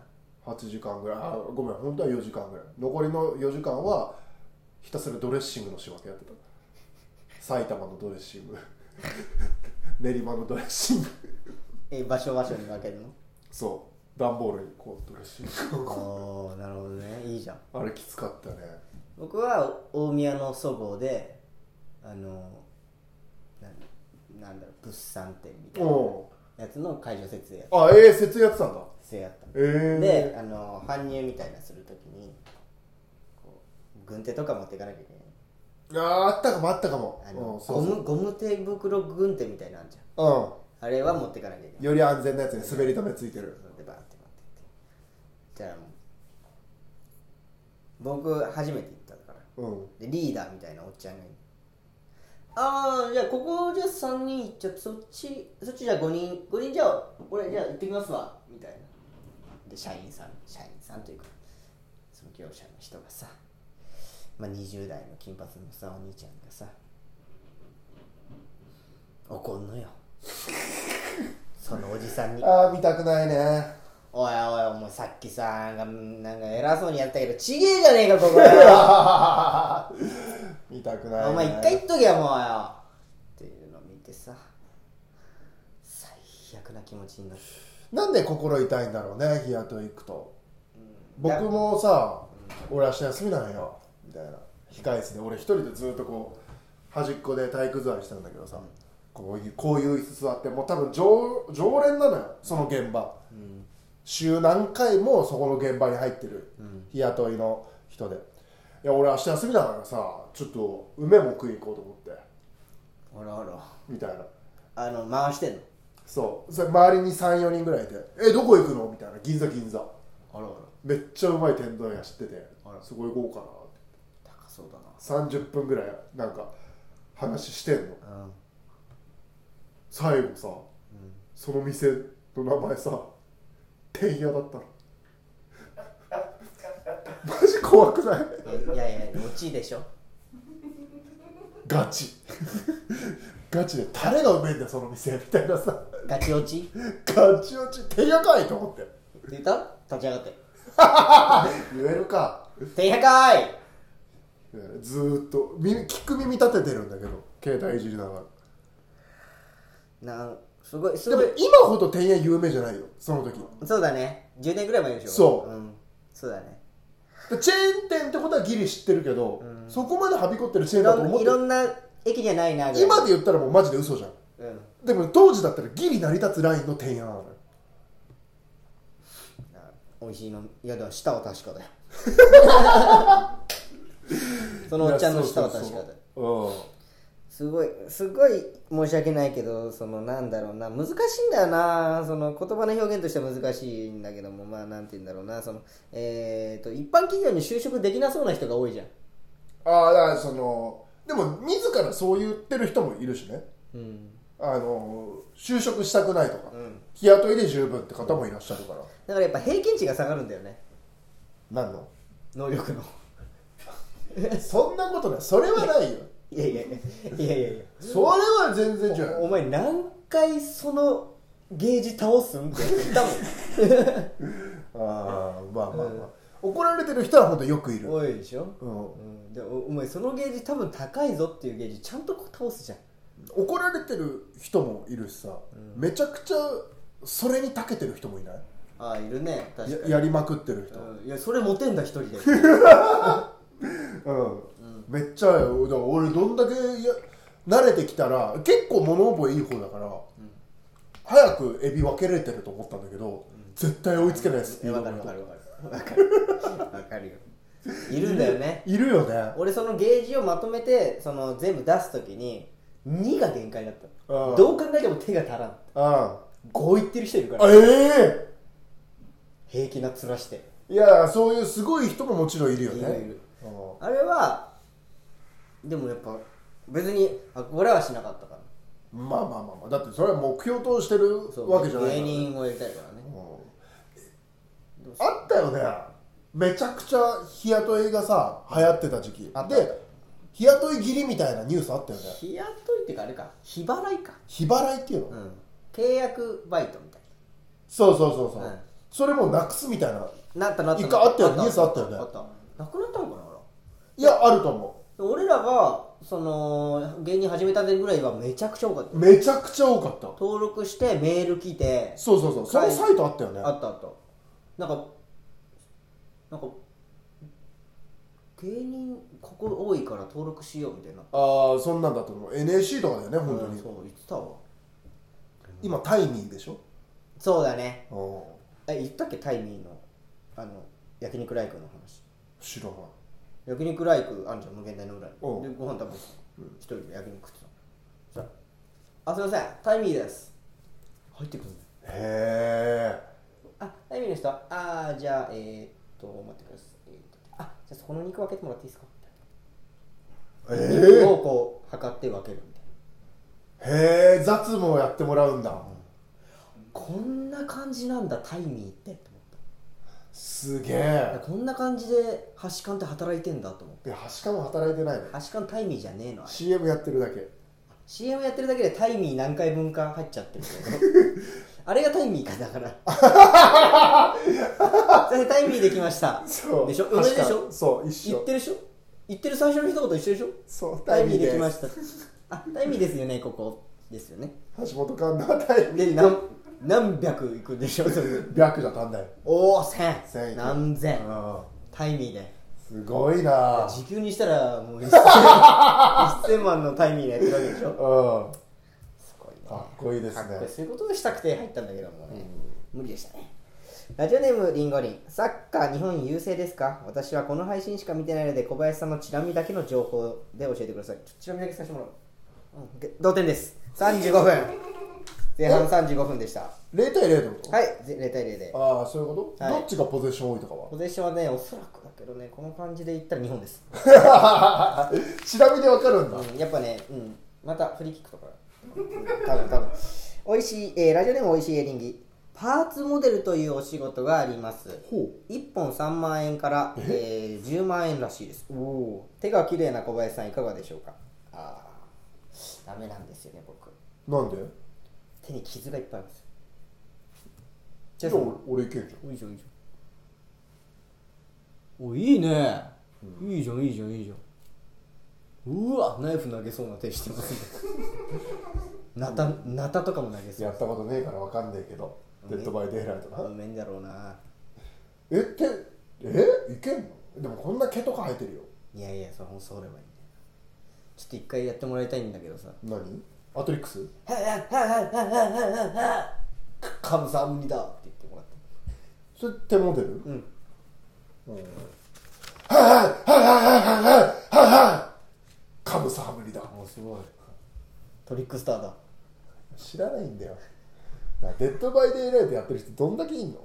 Speaker 2: 8時間ぐらいあごめん本当は4時間ぐらい残りの4時間はひたすらドレッシングの仕分けやってた埼玉のドレッシング 練馬のドレッシング
Speaker 1: え場所場所に分けるの
Speaker 2: そう段ボールにこうドレッシングをこ
Speaker 1: おーなるほどねいいじゃん
Speaker 2: うあれきつかったね
Speaker 1: 僕は大宮のそごうであのなんなんだろう物産展みたい
Speaker 2: お
Speaker 1: なやつの会場設営やっ
Speaker 2: うあええ設営やってたんだ
Speaker 1: 設営やったの
Speaker 2: ええ
Speaker 1: であの搬入みたいなするときにこう軍手とか持っていかなきゃいけない
Speaker 2: あああったかもあったかも
Speaker 1: あ
Speaker 2: うん
Speaker 1: の
Speaker 2: そ
Speaker 1: ゴ
Speaker 2: うそ
Speaker 1: ムゴム手袋軍手みたいなのあんじゃん
Speaker 2: う
Speaker 1: あれは持ってかなきゃいけ
Speaker 2: う
Speaker 1: な
Speaker 2: ん
Speaker 1: い
Speaker 2: より安全なやつに滑り止めついてる
Speaker 1: でバーって持ってってじゃあもう僕初めて行ったから
Speaker 2: うん
Speaker 1: でリーダーみたいなおっちゃんがいるああじゃあここじゃあ3人行っちゃってそっちそっちじゃあ5人5人じゃあ俺じゃあ行ってきますわみたいなで社員さん社員さんというかその業者の人がさ、まあ、20代の金髪のさお兄ちゃんがさ怒んのよ そのおじさんに
Speaker 2: ああ見たくないね
Speaker 1: おいおいお前さっきさなんかなんか偉そうにやったけどちげえじゃねえかここよ
Speaker 2: 見たくないね
Speaker 1: お前一回言っとけよもうよっていうのを見てさ最悪な気持ちになって
Speaker 2: なんで心痛いんだろうね日雇い行くと、僕もさ「俺明日休みなんよ」みたいな控室で俺一人でずっとこう端っこで体育座りしてたんだけどさ、こういうこういう椅子座ってもう多分常常連なのよその現場、週何回もそこの現場に入ってる、日雇いの人で「いや俺明日休みだからさちょっと梅も食いに行こうと思って
Speaker 1: あらあ」
Speaker 2: みたいな
Speaker 1: らあの回してんの
Speaker 2: そうそれ周りに34人ぐらいいて「えどこ行くの?」みたいな「銀座銀座」
Speaker 1: あらあら
Speaker 2: めっちゃうまい天丼屋知ってて
Speaker 1: あら
Speaker 2: そこ行こうか
Speaker 1: 高そうだ
Speaker 2: なって30分ぐらいなんか話してんの
Speaker 1: なうん
Speaker 2: 最後さ、その店の名前さてんやだったの マジ怖くない
Speaker 1: えいやいや落ちでしょ
Speaker 2: ガチガチでタレがうめえんだよその店みたいなさ
Speaker 1: ガチ落ちって
Speaker 2: ガチ落ちてんやかいと思って
Speaker 1: 言った立ち上がって
Speaker 2: 言えるか
Speaker 1: 「てんやかーい!
Speaker 2: ずーっと耳聞く耳立ててるんだけど携帯いじりながら」
Speaker 1: なんすごいす
Speaker 2: で
Speaker 1: ご
Speaker 2: も
Speaker 1: い
Speaker 2: 今ほどてんや有名じゃないよその時
Speaker 1: そうだね10年ぐらい前でしょ
Speaker 2: そうん
Speaker 1: そうだね
Speaker 2: でチェーン店ってことはギリ知ってるけど、そこまではびこってるチェ
Speaker 1: い
Speaker 2: ーンだと
Speaker 1: ろ
Speaker 2: 思っ
Speaker 1: んい
Speaker 2: て
Speaker 1: ろんな駅にはないなぐらい
Speaker 2: 今で言ったらもうマジで嘘じゃん
Speaker 1: うん
Speaker 2: でも当時だったらギリ成り立つラインの提案ある
Speaker 1: 美味しいのいやでも舌は確か だよそのおっちゃんの舌は確かだよ
Speaker 2: うん
Speaker 1: すごいすごい申し訳ないけどそのなんだろうな難しいんだよなその言葉の表現としては難しいんだけどもまあなんて言うんだろうなそのえー、と一般企業に就職できなそうな人が多いじゃん
Speaker 2: ああだからそのでも自らそう言ってる人もいるしね
Speaker 1: うん
Speaker 2: あの就職したくないとか、
Speaker 1: ん
Speaker 2: 日雇いで十分って方もいらっしゃるから、
Speaker 1: だからやっぱ平均値が下がるんだよね
Speaker 2: なんの
Speaker 1: 能力の
Speaker 2: そんなことないそれはないよ
Speaker 1: いやいやいやいやいやいや
Speaker 2: それは全然違
Speaker 1: おお
Speaker 2: う
Speaker 1: 前何回そのゲージ倒すんって言ったもん
Speaker 2: ああまあまあまあ、怒られてる人は本当よくい る、
Speaker 1: 多いでしょ、
Speaker 2: うん
Speaker 1: うん、でおお前そのゲージ多分高いぞっていうゲージちゃんとこう倒すじゃん
Speaker 2: 怒られてる人もいるしさ、めちゃくちゃそれに長けてる人もいない
Speaker 1: ああいるね確か
Speaker 2: や
Speaker 1: に
Speaker 2: やりまくってる人、
Speaker 1: うんいやそれモテんだ一人で
Speaker 2: うんめっちゃだから俺どんだけや慣れてきたら結構物覚えいい方だから、早くエビ分けれてると思ったんだけど、絶対追いつけないスピード
Speaker 1: わ
Speaker 2: が
Speaker 1: かるわかるわかるわかるわかるよいるんだよね
Speaker 2: いるよねあ
Speaker 1: 俺そのゲージをまとめてその全部出す時に2が限界だった
Speaker 2: ああ
Speaker 1: どう考えても手が足らん
Speaker 2: あ
Speaker 1: 5いってる人いるか
Speaker 2: あ
Speaker 1: ら
Speaker 2: ええ
Speaker 1: 平気な面して
Speaker 2: いやそういうすごい人ももちろんいるよ
Speaker 1: い
Speaker 2: ね
Speaker 1: るいる
Speaker 2: うん
Speaker 1: あれはでもやっぱ別に憧れはしなかったから
Speaker 2: まあまあまあまあだってそれは目標として
Speaker 1: そう
Speaker 2: るわけじゃないから
Speaker 1: 芸人をやりたいからね
Speaker 2: うんあったよねめちゃくちゃ日雇いがさ流行ってた時期
Speaker 1: あった
Speaker 2: で日雇い切りみたいなニュースあったよね
Speaker 1: 日雇いっていうかあれか日払いか
Speaker 2: 日払いっていうの、
Speaker 1: うん契約バイトみたい
Speaker 2: そうそうそうそう、
Speaker 1: うん
Speaker 2: それもうなくすみたいな
Speaker 1: ななったなった
Speaker 2: 一回あったよ
Speaker 1: な
Speaker 2: ニュースあったよね
Speaker 1: あったなくなったのかなあれ
Speaker 2: いやあると思
Speaker 1: 俺らがその芸人始めたてぐらいはめちゃくちゃ多かった
Speaker 2: うめちゃくちゃ多かった
Speaker 1: 登録してメール来て
Speaker 2: そうそうそうそのサイトあったよね
Speaker 1: あったあったなんかなんか芸人ここ多いから登録しようみたいな
Speaker 2: ああそんなんだと思う NSC とかだよね本当
Speaker 1: う
Speaker 2: に、
Speaker 1: んそう言ってたわ
Speaker 2: 今タイミーでしょ
Speaker 1: そうだね
Speaker 2: うん
Speaker 1: え言ったっけタイミーのあの焼肉ライクの話
Speaker 2: 知らない
Speaker 1: 焼肉ライクあんじゃん無限大の裏にで
Speaker 2: おう
Speaker 1: ご飯食べて一人で焼肉食ってたのそしたらあすいませんタイミーです入ってくるね
Speaker 2: へえ
Speaker 1: あ、タイミーの人は、あー、じゃあ、えー、っと、待ってください。えーっとあ、じゃあ、そこの肉分けてもらっていいですか
Speaker 2: え
Speaker 1: 肉
Speaker 2: ー
Speaker 1: をこう、測って分けるみたいな。
Speaker 2: へえ雑務をやってもらうんだ、
Speaker 1: こんな感じなんだ、タイミーって。と思っ
Speaker 2: すげ
Speaker 1: た
Speaker 2: え
Speaker 1: こんな感じで、ハシカンって働いてんだと思って。
Speaker 2: ではしかも働いてないの
Speaker 1: ハシカンタイミーじゃねえの、あれ
Speaker 2: CM やってるだけ
Speaker 1: CM やってるだけでタイミー何回分か入っちゃってるけど あれがタイミーかだからそれタイミーできましたでしょ同じでしょ
Speaker 2: そう一
Speaker 1: 言っ
Speaker 2: 緒
Speaker 1: てるでしょ言ってる最初の一言一緒でしょ
Speaker 2: そう
Speaker 1: タ
Speaker 2: タイ
Speaker 1: イミ
Speaker 2: ミー
Speaker 1: ーで
Speaker 2: で
Speaker 1: き
Speaker 2: す
Speaker 1: ました。あ、タイミーですよね、ここ。ですよね。
Speaker 2: 橋本環奈はタイミー
Speaker 1: で、何、何百いくんで しょう、それ
Speaker 2: 白じゃ足んない
Speaker 1: おお、千
Speaker 2: 千い。く
Speaker 1: 何千。
Speaker 2: うん
Speaker 1: タイミーで。
Speaker 2: すごいな
Speaker 1: 時給にしたら、もう 一千一千万のタイミーでやってるわけでし
Speaker 2: うん
Speaker 1: ょ。
Speaker 2: か
Speaker 1: すごいね。
Speaker 2: っこいいです
Speaker 1: かっこい
Speaker 2: ね
Speaker 1: いそういうことをしたくて入ったんだけどもね、無理でしたねラジオネームリンゴリンサッカー日本優勢ですか私はこの配信しか見てないので小林さんのチラ見だけの情報で教えてくださいちょチラ見だけさせてもらおう、うんげ、同点です35分前半35分でしたは
Speaker 2: 0対0ってこと
Speaker 1: いぜ0対0で
Speaker 2: ああそういうこと、
Speaker 1: はい
Speaker 2: どっちがポゼッション多いとかは
Speaker 1: ポゼッションはねおそらくだけどねこの感じでいったら日本です、
Speaker 2: 調べでわかるんだ、
Speaker 1: うん、やっぱね、うん、またフリーキックとか多分多分美味しい、えーラジオネーム美味しいエリンギパーツモデルというお仕事があります
Speaker 2: ほ
Speaker 1: 1本3万円から、えー10万円らしいです手が綺麗な小林さんいかがでしょうかああダメなんですよね僕
Speaker 2: うなんで
Speaker 1: 手に傷がいっぱいあります
Speaker 2: じ
Speaker 1: じ
Speaker 2: ゃ
Speaker 1: ゃ
Speaker 2: あ
Speaker 1: あその
Speaker 2: 俺いけんじ
Speaker 1: おいいじゃんいいじゃんおいいねいいじゃんいいじゃんいいじゃんうわナイフ投げそうな手してます ねナタナタとかも投げ
Speaker 2: ゃん
Speaker 1: そ
Speaker 2: や
Speaker 1: う
Speaker 2: ったことねえからわかんねえけどデッドバイデイライトな、
Speaker 1: うめえんだろうな
Speaker 2: え手えいけんのでもこんな毛とか生えてるよ
Speaker 1: いやいや、それほんとそうればいいね。ちょっと一回やってもらいたいんだけどさ。
Speaker 2: 何アトリックス
Speaker 1: カムサムニだって言ってもらって。
Speaker 2: それ手モデルうんはいはいはいはいはいはいはいカブサハムリだ
Speaker 1: もうすごい。トリックスターだ。
Speaker 2: 知らないんだよだからデッドバイデイライトやってる人どんだけいんの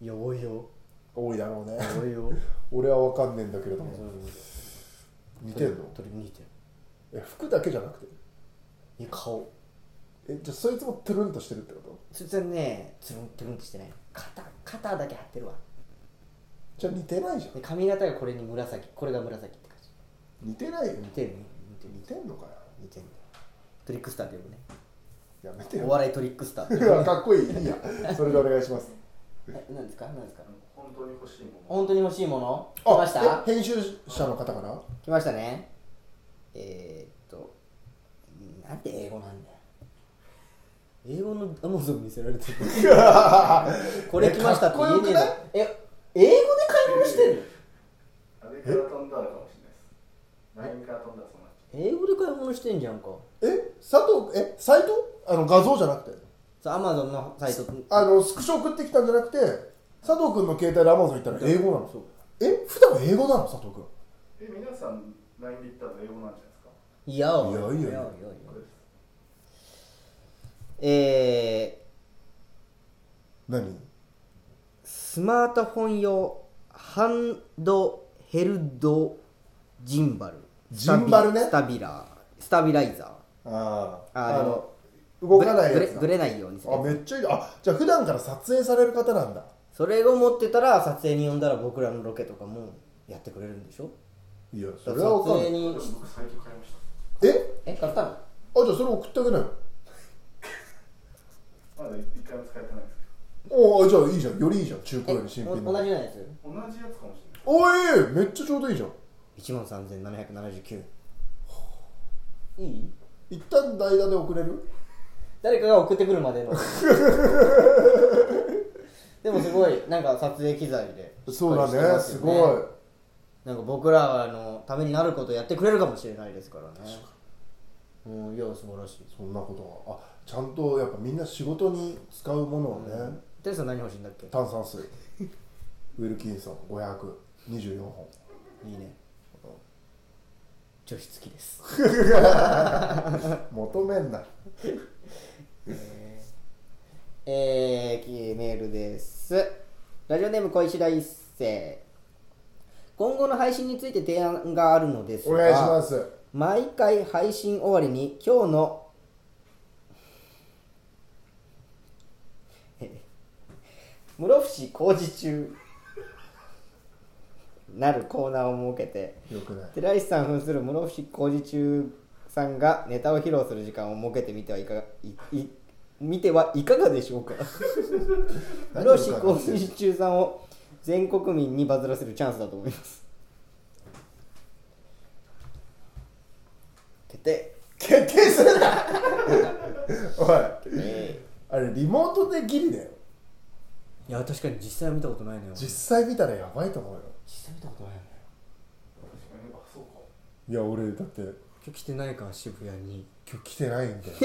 Speaker 1: いや、多いよ。
Speaker 2: 多いだろうね
Speaker 1: 多いよ。
Speaker 2: 俺は分かんねえんだけれども似てんの
Speaker 1: トリ似てる。
Speaker 2: え服だけじゃなくて
Speaker 1: いや、顔。
Speaker 2: えじゃあそいつもトゥルンとしてるってこと
Speaker 1: そいつはね、つるんつるんとしてない。肩、肩だけ張ってるわ。
Speaker 2: じゃあ似てないじゃん
Speaker 1: で髪型がこれに紫、これが紫って感じ。
Speaker 2: 似てないよ
Speaker 1: 似てるね。似てる
Speaker 2: 似てんのかよ
Speaker 1: 似てるね。トリックスターって呼ぶね。
Speaker 2: やめて
Speaker 1: お
Speaker 2: よ
Speaker 1: 笑いトリックスターって呼
Speaker 2: い
Speaker 1: ぶね
Speaker 2: やかっこいいいいやそれでお願いします
Speaker 1: え何ですか何ですか
Speaker 3: 本当に欲しいもの
Speaker 1: 本当に欲しいもの来ました
Speaker 2: え編集者の方から
Speaker 1: 来ましたねえー、っとなんて英語なんだよ英語のアマゾン見せられてる これ来ましたって言えねえ
Speaker 2: かっ
Speaker 1: だえ英語で買い物してる
Speaker 3: あれから飛んだのかもしれないです LINE から飛んだらそうなっち
Speaker 1: 英語で買い物してんじゃんか
Speaker 2: え佐藤えサイトあの画像じゃなくて
Speaker 1: そうアマゾンのサイト
Speaker 2: あのスクショ送ってきたんじゃなくて佐藤君の携帯でアマゾン行ったら英語なのえ普段英語なの佐藤君
Speaker 3: ゃうえ皆さん LINE で言ったら英語なんじゃないですか
Speaker 1: いやお
Speaker 2: いやいやいや
Speaker 3: これです
Speaker 1: え
Speaker 2: 何
Speaker 1: ー、スマートフォン用ハンドヘルドジンバル
Speaker 2: ジンバルね
Speaker 1: スタビラースタビライザー
Speaker 2: あー
Speaker 1: あ
Speaker 2: あの
Speaker 1: の
Speaker 2: 動かない
Speaker 1: ぶ
Speaker 2: や
Speaker 1: れ
Speaker 2: つ
Speaker 1: ぶれ
Speaker 2: だ
Speaker 1: ぶれないようにする
Speaker 2: あめっちゃいいあじゃあ普段から撮影される方なんだ
Speaker 1: それを持ってたら撮影に呼んだら僕らのロケとかもやってくれるんでしょ
Speaker 2: いやそ
Speaker 1: 撮
Speaker 2: れは分かんな
Speaker 1: 影
Speaker 2: い
Speaker 1: に
Speaker 3: 僕サイト買いました
Speaker 2: え
Speaker 1: え買ったの
Speaker 2: あじゃあそれ送ってあげないの
Speaker 3: まだ一回も使えてないですけ
Speaker 2: おあじゃあいいじゃんよりいいじゃん中
Speaker 1: え
Speaker 2: 古より新品
Speaker 1: お同
Speaker 2: の
Speaker 1: じじゃないです
Speaker 3: ど同じやつかもしれない
Speaker 2: おいめっちゃちょうどいいじゃん
Speaker 1: 1万3779いい
Speaker 2: 一旦代打で送れる
Speaker 1: 誰かが送ってくるまでの でもすごいなんか撮影機材で
Speaker 2: そうだ
Speaker 1: しっか
Speaker 2: ね
Speaker 1: りしてますよ
Speaker 2: ごい
Speaker 1: なんか僕らのためになることをやってくれるかもしれないですからねうんいや素晴らしい
Speaker 2: そんなことがあちゃんとやっぱみんな仕事に使うものをね、
Speaker 1: テレさん何欲しいんだっけ
Speaker 2: 炭酸水 ウィルキンソン524本
Speaker 1: いいね除湿器です
Speaker 2: 求めんな
Speaker 1: えー、メールです。ラジオネーム小石大一世。今後の配信について提案があるのです
Speaker 2: お
Speaker 1: が、
Speaker 2: 願いします
Speaker 1: 毎回配信終わりに今日のえ室伏工事中なるコーナーを設けて
Speaker 2: よくない
Speaker 1: 寺石さん扮する室伏工事中さんがネタを披露する時間を設けてみてはいかがいい見てはいかがでしょうか室伏工事中さんを全国民にバズらせるチャンスだと思いますてて
Speaker 2: 決定するなお い
Speaker 1: え
Speaker 2: あれリモートでギリだよ
Speaker 1: いや確かに実際は見たことないのよ
Speaker 2: 実際見たらやばいと思うよ
Speaker 1: 際見たことないのよ
Speaker 3: 確かにあそうか
Speaker 2: いや俺だって
Speaker 1: 今日来てないから渋谷に
Speaker 2: 今日来てないんで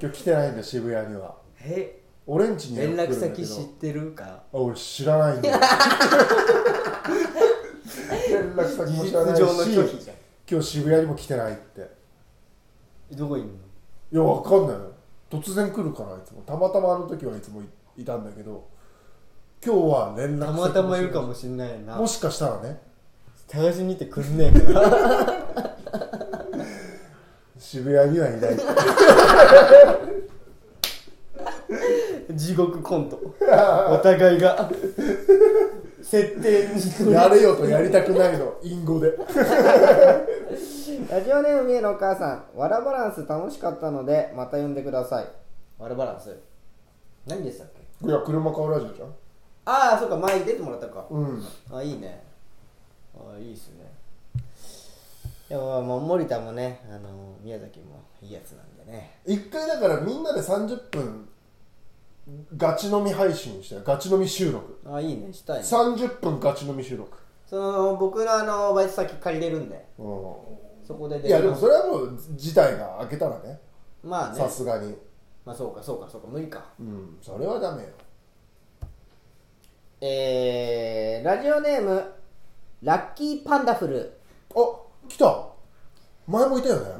Speaker 2: 今日来てないんだ渋谷には
Speaker 1: え
Speaker 2: 俺んちには来
Speaker 1: 連
Speaker 2: るんだけ
Speaker 1: 絡
Speaker 2: ど
Speaker 1: 先知ってるか
Speaker 2: あ俺知らないんだよ 連絡先も知らないし
Speaker 1: 事実上の拒否じゃん
Speaker 2: 今日渋谷にも来てないって
Speaker 1: どこいんの
Speaker 2: いやわかんないよ突然来るからいつもたまたまあの時はいつもいいたんだけど今日は連絡
Speaker 1: た
Speaker 2: 先
Speaker 1: またまいるか
Speaker 2: も
Speaker 1: もしんないな
Speaker 2: もしかしたらね
Speaker 1: 探しに行ってくんねえかな
Speaker 2: 渋谷にはいない
Speaker 1: 地獄コ ントお互い が設定に
Speaker 2: やれよとやりたくないの隠語で
Speaker 1: ラジオネームみえのお母さんわらバランス楽しかったのでまた呼んでくださいわらバランス何でしたっけ
Speaker 2: いや車買うラジオじゃん
Speaker 1: ああそうか前に出てもらったか
Speaker 2: うん
Speaker 1: あいいねあいいっすねいやまあまあ森田もねあの宮崎もいいやつなんでね
Speaker 2: 一回だからみんなで30分ガチ飲み配信したよガチ飲み収録
Speaker 1: あいいねしたいね
Speaker 2: 30分ガチ飲み収録、
Speaker 1: その僕のあのバイト先借りれるんで
Speaker 2: う
Speaker 1: そこで
Speaker 2: ん、
Speaker 1: で
Speaker 2: いやでもそれはもう事態が明けたらね
Speaker 1: まあね
Speaker 2: さすがに
Speaker 1: まあそうかそうかそうか無理か
Speaker 2: うんそれはダメよ
Speaker 1: えー、ラジオネームラッキーパンダフル
Speaker 2: あ来た前もいたよね、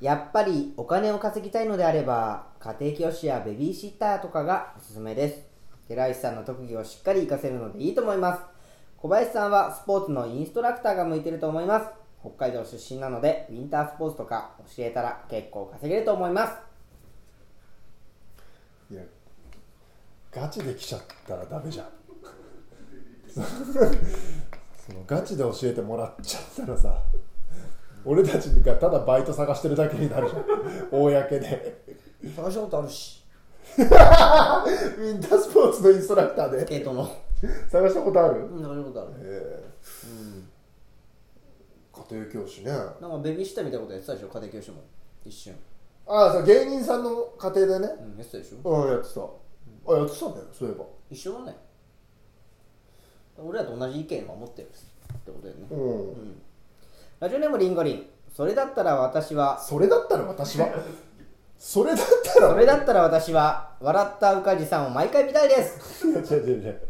Speaker 1: やっぱりお金を稼ぎたいのであれば家庭教師やベビーシッターとかがおすすめです寺石さんの特技をしっかり活かせるのでいいと思います小林さんはスポーツのインストラクターが向いてると思います北海道出身なのでウィンタースポーツとか教えたら結構稼げると思います
Speaker 2: いやガチで来ちゃったらダメじゃん そのガチで教えてもらっちゃったらさ俺たちがただバイト探してるだけになるじゃん公で
Speaker 1: 探したことあるし
Speaker 2: ウィンタースポーツのインストラクター
Speaker 1: スケ
Speaker 2: で
Speaker 1: ートの
Speaker 2: 探したことある、
Speaker 1: うん探したことある
Speaker 2: ええ家庭教師ねあ
Speaker 1: なんかベビーシッターみたいなことやってたでしょ家庭教師も一瞬
Speaker 2: あそう芸人さんの家庭でね
Speaker 1: うんやってたでしょ
Speaker 2: うんやってたあやってたんだよそういえば
Speaker 1: 一緒だね俺らと同じ意見は持ってるってことだよね、
Speaker 2: うん、
Speaker 1: ラジオネームリンゴリンそれだったら私は
Speaker 2: それだったら私はそれだったら
Speaker 1: それだったら私は笑ったうかじさんを毎回見たいです
Speaker 2: 違う違う違う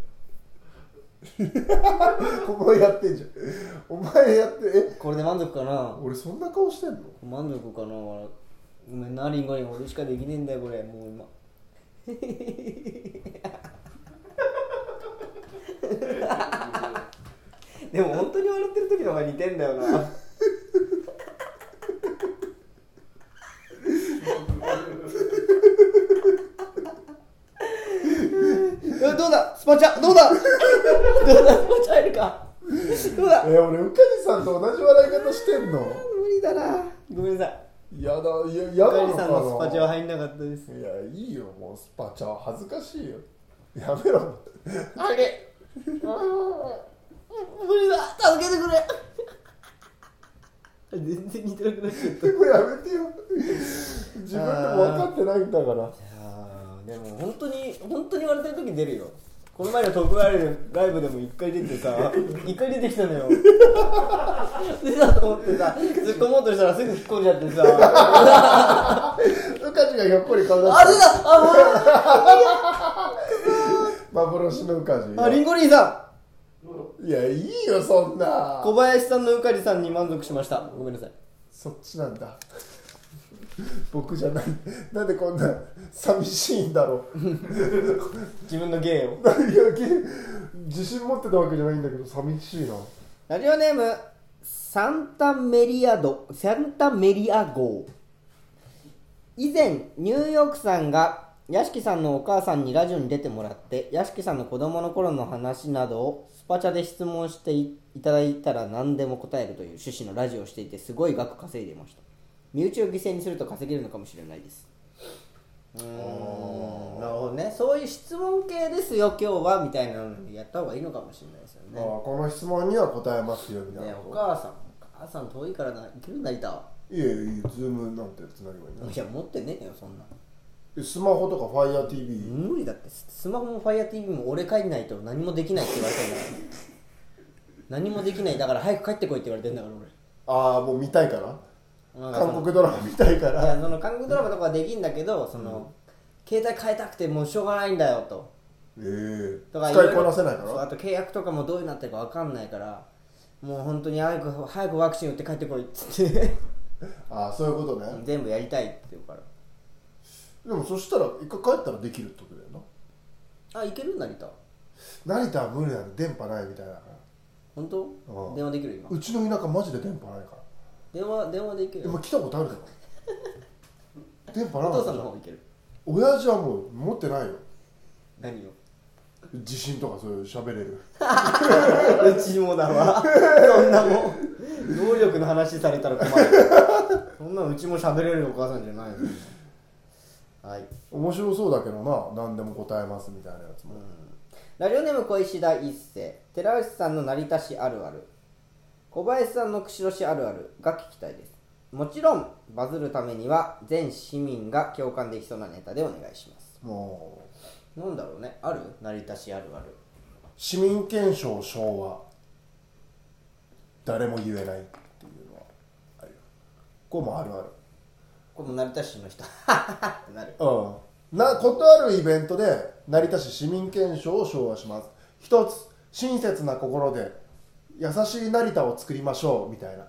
Speaker 2: お前やってんじゃんお前やってえ
Speaker 1: これで満足かな
Speaker 2: 俺そんな顔してんの
Speaker 1: 満足かなごめんなリンゴリン俺しかできねえんだよこれもう今でも本当に笑ってる時の方が似てんだよなうんどうだスパチャどうだどうだスパチャ入るかどうだ
Speaker 2: え俺うかりさんと同じ笑い方してんの
Speaker 1: 無理だなごめんなさい
Speaker 2: やだいやや
Speaker 1: おか
Speaker 2: だ
Speaker 1: りさんのスパチャは
Speaker 2: は
Speaker 1: 入んなかったです
Speaker 2: いやいいよもうスパチャは恥ずかしいよやめろ
Speaker 1: あれ無理だ助けてくれ全然似てなくなっちゃったい
Speaker 2: 結構やめてよ自分でも分かってないんだから
Speaker 1: やーでも本当に本当に笑ってる時出るよこの前のトークライブライブでも一回出てさ一回出てきたのよ出たと思ってさ突っ込もうとしたらすぐ突っ込んじゃってさ
Speaker 2: うかじがひょっこり顔出
Speaker 1: あ出
Speaker 2: して
Speaker 1: たあ
Speaker 2: 幻のうかじ
Speaker 1: もうあリンゴリンさん
Speaker 2: いやいいよそんな
Speaker 1: 小林さんのうかりさんに満足しましたごめんなさい
Speaker 2: そっちなんだ 僕じゃないなんでこんな寂しいんだろう
Speaker 1: 自分の芸を
Speaker 2: いやき自信持ってたわけじゃないんだけど寂しいな
Speaker 1: ラジオネームサンタメリアドサンタメリア号以前ニューヨークさんが屋敷さんのお母さんにラジオに出てもらって屋敷さんの子供の頃の話などをスパチャで質問していいただいたら何でも答えるという趣旨のラジオをしていてすごい額稼いでいました身内を犠牲にすると稼げるのかもしれないですうーんなるほどねそういう質問系ですよ今日はみたいなのやった方がいいのかもしれないですよね
Speaker 2: まあこの質問には答えますよみたい
Speaker 1: ね
Speaker 2: な
Speaker 1: えお
Speaker 2: こ
Speaker 1: 母さんお母さん遠いからな行けるんだいた
Speaker 2: といやいやいいよズームなんてつなげばいいんだ
Speaker 1: いや持ってねえよそんな
Speaker 2: えスマホとか FireTV
Speaker 1: 無理だってススマホも FireTV も俺帰んないと何もできないって言われてんだから 何もできないだから早く帰ってこいって言われてんだから
Speaker 2: ああもう見たいから
Speaker 1: 俺なんかその
Speaker 2: 韓国ドラマ見たいか
Speaker 1: いや
Speaker 2: ら
Speaker 1: その韓国ドラマとかはできんだけどその、携帯変えたくてもうしょうがないんだよと
Speaker 2: ええ
Speaker 1: とか
Speaker 2: 使い
Speaker 1: ろろ
Speaker 2: こなせないか
Speaker 1: そうあ
Speaker 2: ら
Speaker 1: と契約とかもどういうなってるか分かんないからもう本当に早く早くワクチン打って帰ってこいっつって
Speaker 2: ああそういうことね
Speaker 1: 全部やりたいって言うから
Speaker 2: でもそしたら一回帰ったらできるってことだよ
Speaker 1: あ行けるんだりた
Speaker 2: な成田は無理なの電波ないみたいだから
Speaker 1: 本当
Speaker 2: うん
Speaker 1: 電話できる今
Speaker 2: うちの田舎マジで電波ないから
Speaker 1: 電話電話できる
Speaker 2: 今
Speaker 1: よ
Speaker 2: 来たことあるだろ電波
Speaker 1: お
Speaker 2: なか
Speaker 1: 父
Speaker 2: っ
Speaker 1: さ
Speaker 2: た
Speaker 1: ん
Speaker 2: じゃ
Speaker 1: の方
Speaker 2: ん
Speaker 1: 行ける
Speaker 2: 親父はもう持ってないよ
Speaker 1: 何を
Speaker 2: 地震とかそういう喋れる
Speaker 1: うちもだわそんなもん能力の話されたら困るそんなうちも喋れるお母さんじゃないよはい
Speaker 2: 面白そうだけどな何でも答えますみたいなやつも、
Speaker 1: ラジオネーム小石田一世寺内さんの成田市あるある小林さんの釧路市あるあるが聞きたいですもちろんバズるためには全市民が共感できそうなネタでお願いします
Speaker 2: もう
Speaker 1: なんだろうねある成田市あるある
Speaker 2: 市民憲章昭和誰も言えないっていうのはあるよこれもあるある
Speaker 1: これも成田市の人 なる
Speaker 2: うんな断るイベントで成田市市民憲章を昭和します一つ親切な心で優しい成田を作りましょうみたいな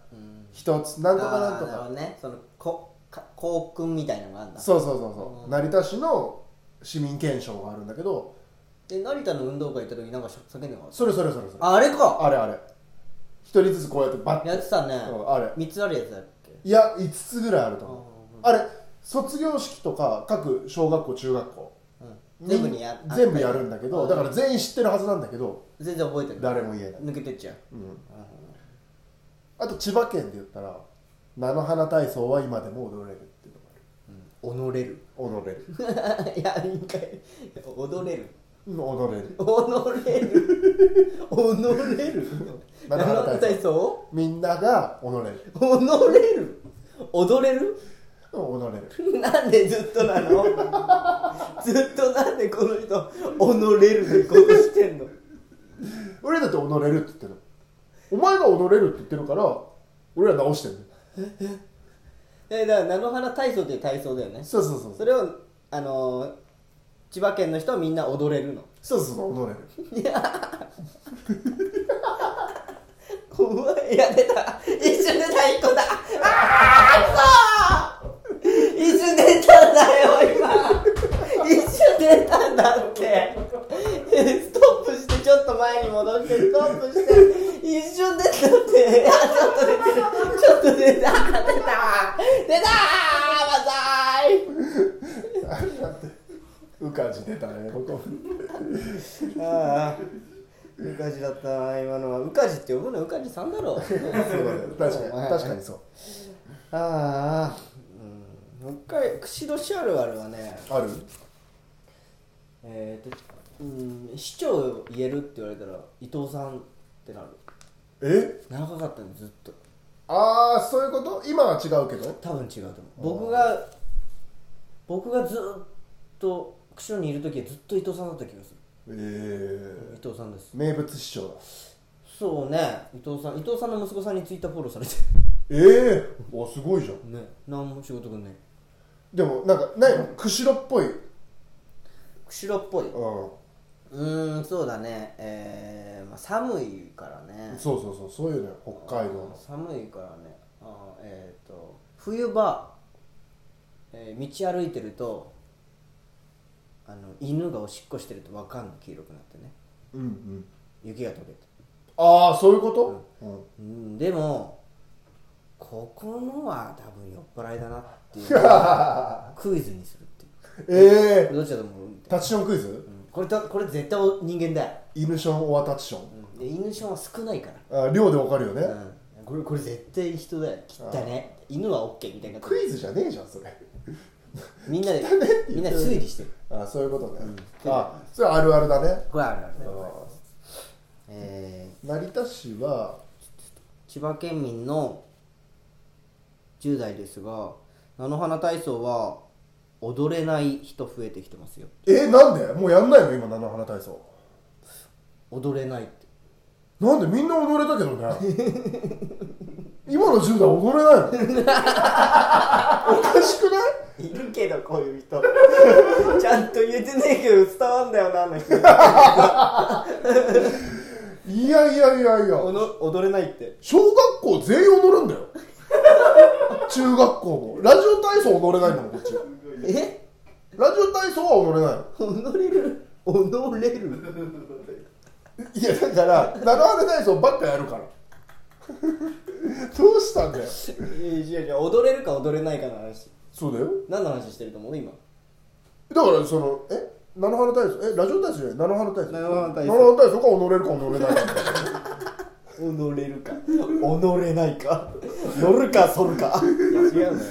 Speaker 2: 一つなんとかなんと
Speaker 1: あーなる
Speaker 2: か
Speaker 1: ほどねそのこか校訓みたいなのがあるんだ
Speaker 2: そうそうそうそう成田市の市民憲章があるんだけど
Speaker 1: で成田の運動会行った時なんかしょ叫んでなかった
Speaker 2: それそれそれそれ
Speaker 1: ああれか
Speaker 2: あれあれ一人ずつこうやってバッ
Speaker 1: やってたね
Speaker 2: うんあれ
Speaker 1: 3つあるやつだっけ
Speaker 2: いや5つぐらいあると思うあれ卒業式とか各小学校中学校
Speaker 1: うん全部にや
Speaker 2: 全部やるんだけどだから全員知ってるはずなんだけど
Speaker 1: 全然覚えてない
Speaker 2: 誰も言えない
Speaker 1: 抜けてっちゃう
Speaker 2: あと千葉県で言ったら菜の花体操は今でも踊れるっていうのが
Speaker 1: 踊れる
Speaker 2: ある踊れる
Speaker 1: いやいいんかい踊れる
Speaker 2: うん踊れる
Speaker 1: 踊れる 踊れ る
Speaker 2: 菜の花体操
Speaker 1: 七体操
Speaker 2: みんなが踊れる
Speaker 1: 踊れる踊れる
Speaker 2: うん踊れる
Speaker 1: なんでずっとなの ずっとなんでこの人踊れるってことしてんの
Speaker 2: 俺だって踊れるって言ってるお前が踊れるって言ってるから俺ら直してる
Speaker 1: えだから菜の花体操っていう体操だよね
Speaker 2: そうそうそうそ
Speaker 1: そうれをあのー千葉県の人はみんな踊れるの
Speaker 2: そうそう踊れる
Speaker 1: 怖いや出た一瞬出た一個だああそう一瞬出たんだよ今一瞬出たんだってストップしてちょっと前に戻してストップして一瞬出たってあちょっと出てるちょっと出た出た出たー
Speaker 2: うかじ出たねここ
Speaker 1: マザイああうかじだったな今のはうかじって呼ぶのうかじさんだろ
Speaker 2: そうだね確かに確かにそう
Speaker 1: ああ、うん、もう一回串年あるあるはね
Speaker 2: ある
Speaker 1: えー、とうん市長を言えるって言われたら伊藤さんってなる
Speaker 2: え
Speaker 1: 長かったのずっと
Speaker 2: ああそういうこと今は違うけど
Speaker 1: 多分違うと思う僕が僕がずっと串にいる時はずっと伊藤さんだった気がす
Speaker 2: ええ
Speaker 1: る伊藤さんです
Speaker 2: 名物師匠だ
Speaker 1: そうね伊藤さん伊藤さんの息子さんにツイッターフォローされて
Speaker 2: ええおすごいじゃん
Speaker 1: ね何も仕事くんない
Speaker 2: でもなんかないの釧路っぽい
Speaker 1: 釧路っぽいううーんそうだねえー、まあ寒いからね
Speaker 2: んそうそうそうそういうのよ北海道の
Speaker 1: 寒いからねあーえっ、と冬場、えー道歩いてるとあの犬がおしっこしてると分かんの黄色くなってね
Speaker 2: うんうん
Speaker 1: 雪が溶けて、
Speaker 2: ああそういうこと、うん
Speaker 1: うん、でもここのは多分酔っ払いだなっていう クイズにするっていうこ
Speaker 2: ええ
Speaker 1: れどっちだと思うみたい
Speaker 2: タッチションクイズ、
Speaker 1: なこれだこれ絶対お人間だよ、
Speaker 2: 犬ションオアタッチション、
Speaker 1: うん、で犬種は少ないから
Speaker 2: あ量でわかるよね、
Speaker 1: うん、これこれ絶対人だよ汚ね犬は OK みたいな
Speaker 2: クイズじゃねえじゃんそれ
Speaker 1: みんなでみんなで推理してる
Speaker 2: あーそういうことね、あそれあるあるだね
Speaker 1: これあるある
Speaker 2: あ
Speaker 1: え
Speaker 2: ー成田市は
Speaker 1: ー千葉県民の10代ですが菜の花体操は踊れない人増えてきてますよ
Speaker 2: えなんでもうやんないの今菜の花体操
Speaker 1: 踊れないって
Speaker 2: なんでみんな踊れたけどね 今の10代踊れない のおかしくない
Speaker 1: いるけどこういう人 ちゃんと言えてねえけど伝わんだよなあの人
Speaker 2: いやいやいやいや
Speaker 1: 踊れないって
Speaker 2: 小学校全員踊るんだよ 中学校もラジオ体操踊れないのこっち
Speaker 1: え
Speaker 2: ラジオ体操は踊れないの
Speaker 1: 踊れる踊れる
Speaker 2: いやだから菜の花体操ばっかやるからどうしたんだよ
Speaker 1: いやいや踊れるか踊れないかの話
Speaker 2: そうだよ
Speaker 1: 何の話してると思う今
Speaker 2: だからそのえ菜の花体操えラジオ体操じゃない菜の花体操
Speaker 1: 菜の花体操
Speaker 2: 菜の花体操か踊れるか踊れないか
Speaker 1: 踊れるか踊れないか乗るか反るかいや違うのよ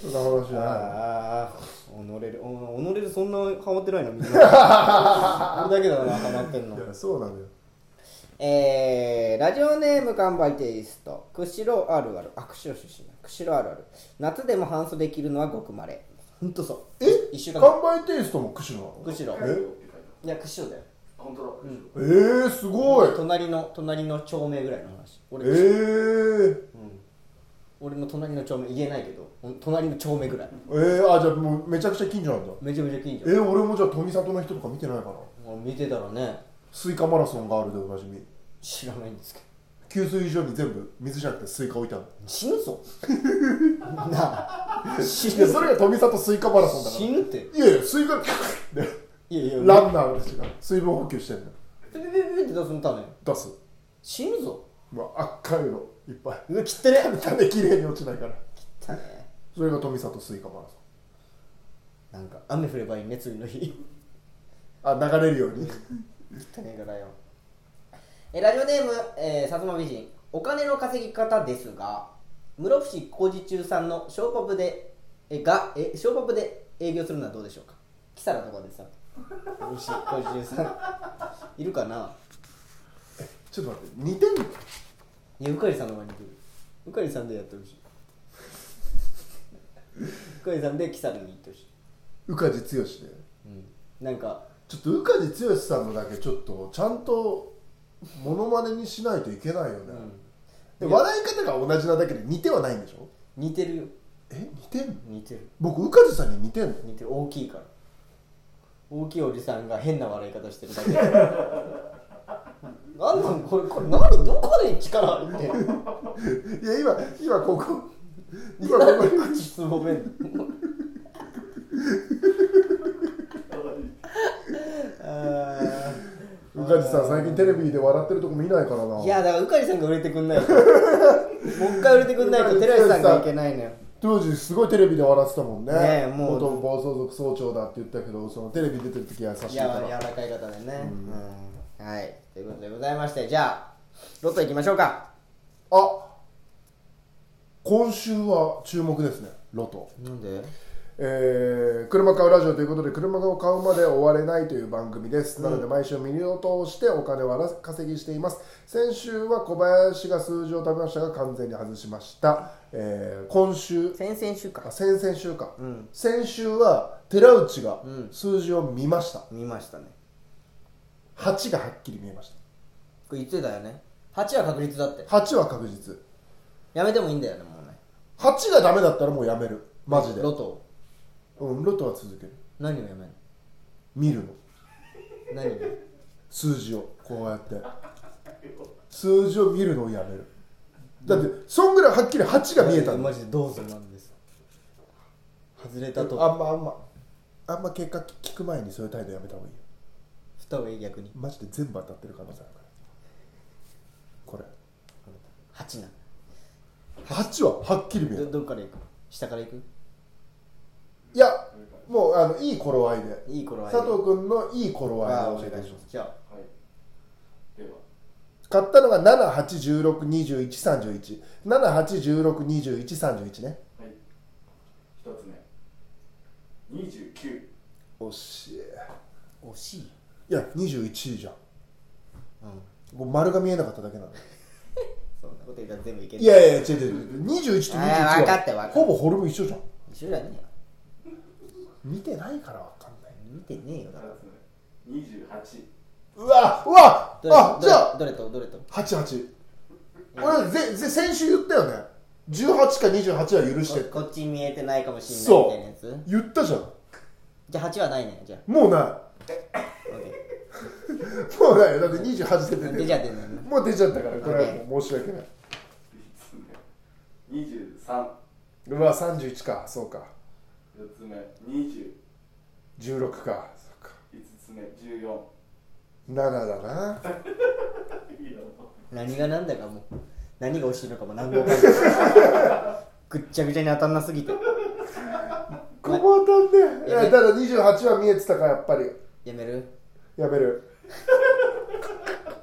Speaker 2: そんな話じゃない
Speaker 1: ああ踊れるお踊れるそんなハマってないのみんな俺だけだなハマってんの
Speaker 2: いやそうなのよ
Speaker 1: えー、ラジオネーム完売テイスト釧路あるあるあ釧路出身だ釧路あるある夏でも半袖着るのはごくまれほんとそう
Speaker 2: え
Speaker 1: 1週間ぐらい
Speaker 2: 乾杯テイストも釧路なの
Speaker 1: 釧路
Speaker 3: 書いてるって書いてある
Speaker 1: いや釧路だよ
Speaker 3: 本当だ。
Speaker 2: えー、すごい
Speaker 1: 隣の隣の町名ぐらいの話
Speaker 2: え
Speaker 1: 俺,、
Speaker 2: ー、
Speaker 1: 俺の隣の町名言えないけどほん隣の町名ぐらい
Speaker 2: えー、あじゃあもうめちゃくちゃ近所なんだ
Speaker 1: めちゃめちゃ近
Speaker 2: え
Speaker 1: 所
Speaker 2: ー、俺もじゃあ富里の人とか見てないかな
Speaker 1: もう見てたらね
Speaker 2: スイカマラソンがあるでおなじみ
Speaker 1: 知らないんですけど
Speaker 2: 給水所に全部水じゃなくてスイカ置いてある
Speaker 1: 死ぬぞなあ死
Speaker 2: いや
Speaker 1: ぬ
Speaker 2: それが富里スイカマラソンだから
Speaker 1: 死ぬって
Speaker 2: いやいやスイカで
Speaker 1: いやいや
Speaker 2: ランナーたちが水分補給してんのよ
Speaker 1: ピピピピピって出すのため
Speaker 2: 出す
Speaker 1: 死ぬぞ
Speaker 2: まあ赤いのいっぱいう
Speaker 1: わ切ってね
Speaker 2: なんで綺麗に落ちないから
Speaker 1: たね
Speaker 2: それが富里スイカマラソ
Speaker 1: な
Speaker 2: ン
Speaker 1: んか雨降ればいいね次の日
Speaker 2: あ流れるように
Speaker 1: 汚ねえからよえラジオネーム、えー、薩摩美人お金の稼ぎ方ですが室伏工事中さんのショーパブでえがえショーパブで営業するのはどうでしょうかキサラとかでさ室伏工事中さんいるかな
Speaker 2: ちょっと待って似てんの
Speaker 1: いやうかりさんの前にいるうかりさんでやって ほしいうかりさんでキサラに行ってほしい、
Speaker 2: 宇梶剛で
Speaker 1: うん、なんか
Speaker 2: ちょっと宇梶剛さんのだけちょっとちゃんとモノマネにしないといけないよね、で笑い方が同じなだけで似てはないんでしょ
Speaker 1: 似てるよ
Speaker 2: え似てんの
Speaker 1: 似てる
Speaker 2: 僕宇梶さんに似てん の
Speaker 1: 似てる大きいから大きいおじさんが変な笑い方してるだ けなんなんこれこれ何どこで力入ってんの
Speaker 2: いや今今ここ今ここに
Speaker 1: 口すぼめんのあ
Speaker 2: 宇梶さん最近テレビで笑ってるとこ見ないからな
Speaker 1: ーいやだからうかりさんが売れてくんない ともう一回売れてくんないと寺石さんがいけないのよ
Speaker 2: 当時すごいテレビで笑ってたもんね
Speaker 1: ねえもう
Speaker 2: 元暴走族総長だって言ったけどそのテレビ出てる時は優しい
Speaker 1: 柔
Speaker 2: から
Speaker 1: 柔らかい方でね、うんはいということでございましてじゃあロット行きましょうか
Speaker 2: あ今週は注目ですねロト、
Speaker 1: なんで
Speaker 2: えー車買うラジオということで車を買うまで終われないという番組です、なので毎週ミニロトをしてお金を荒稼ぎしています先週は小林が数字を食べましたが完全に外しました、えー今週
Speaker 1: 先々週
Speaker 2: あ
Speaker 1: か
Speaker 2: 先々週か、先週は寺内が数字を見ました、
Speaker 1: 見ましたね
Speaker 2: 8がはっきり見えまし
Speaker 1: これ言ってたよね8は確率だって
Speaker 2: た8は確実
Speaker 1: やめてもいいんだよねもうね
Speaker 2: 8がダメだったらもうやめるマジで
Speaker 1: ロト
Speaker 2: うん、ロトは続ける
Speaker 1: 何をやめんの
Speaker 2: 見るの
Speaker 1: 何を
Speaker 2: 数字をこうやって数字を見るのをやめるだってそんぐらいはっきり8が見えたの
Speaker 1: マジでどうぞなんです外れたと
Speaker 2: あんまあんまあんま結果聞く前にそういう態度やめた方がいいよ
Speaker 1: 蓋がいい逆に
Speaker 2: マジで全部当たってる可能性あるからこれ
Speaker 1: 8な
Speaker 2: 8ははっきり見え
Speaker 1: ど
Speaker 2: た
Speaker 1: どっから行く下から行く
Speaker 2: いやもうあのいい頃合いで
Speaker 1: いい頃合いで
Speaker 2: 佐藤君のいい頃合いで教えてほしい
Speaker 1: じゃあ
Speaker 3: はい。では。
Speaker 2: 買ったのが781621317816131ね
Speaker 3: はい。一つ目。二十九。
Speaker 2: 惜しい
Speaker 1: 惜しい
Speaker 2: いや21位じゃん
Speaker 1: うん
Speaker 2: もう丸が見えなかっただけなの
Speaker 1: そんなこと言ったら全部いける
Speaker 2: いやいや違う違う違う21と21
Speaker 1: あ
Speaker 2: は
Speaker 1: ー分かった分かった
Speaker 2: ほぼフォルム一緒じゃん
Speaker 1: 一緒だね
Speaker 2: 見てないから分かんない
Speaker 1: 見てねえよ
Speaker 3: 二
Speaker 1: だから
Speaker 3: つ目。二十八。
Speaker 2: うわうわ
Speaker 1: どれ
Speaker 2: あじゃあ
Speaker 1: どれどれとどれと
Speaker 2: 88俺ぜぜ先週言ったよね18か28は許して
Speaker 1: ここっち見えてないかもしんないみ
Speaker 2: そ
Speaker 1: たいなやつ
Speaker 2: う言ったじゃん
Speaker 1: じゃあ8はないねじゃ
Speaker 2: もうな
Speaker 1: あ OK
Speaker 2: いもうないよだって28出て
Speaker 1: 出
Speaker 2: る
Speaker 1: ちゃってんのね
Speaker 2: もう出ちゃったからこれはもう申し訳ない
Speaker 3: 三つ目。二十三。
Speaker 2: うわ31かそうか
Speaker 3: 四つ目。二十。
Speaker 2: 16かそうか
Speaker 3: 五つ目。十四。
Speaker 2: 7だない
Speaker 3: いな。
Speaker 1: 何が何だかもう何が惜しいのかも何も 分かんないぐっちゃぐちゃに当たんなすぎて
Speaker 2: 駒当たんねいやただ28は見えてたからやっぱり
Speaker 1: やめる
Speaker 2: やめ る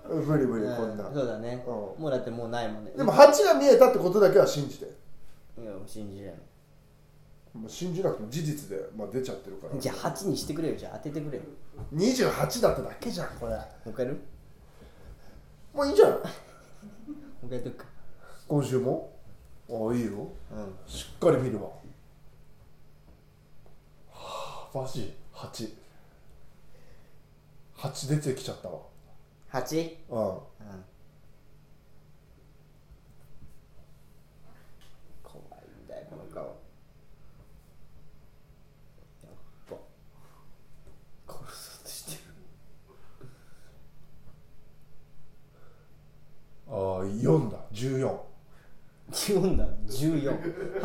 Speaker 2: 無理無理こんな
Speaker 1: うんそうだね
Speaker 2: うん
Speaker 1: もうだってもうないもんね
Speaker 2: でも8が見えたってことだけは信じて
Speaker 1: いやもう信じられない
Speaker 2: もう信じなくても事実で、まあ、出ちゃってるから
Speaker 1: じゃあ8にしてくれよじゃあ当ててくれよも
Speaker 2: 28だっただけじゃんこれ
Speaker 1: う一回やるも
Speaker 2: もういいんじゃん
Speaker 1: う一回やっとくか
Speaker 2: 今週もああいいよ
Speaker 1: うん
Speaker 2: しっかり見るわはあマジ8 8出てきちゃったわ
Speaker 1: 8?
Speaker 2: うん
Speaker 1: うん怖いんだよこの顔やっぱ殺そうとしてる
Speaker 2: ああ4だ14
Speaker 1: 14だ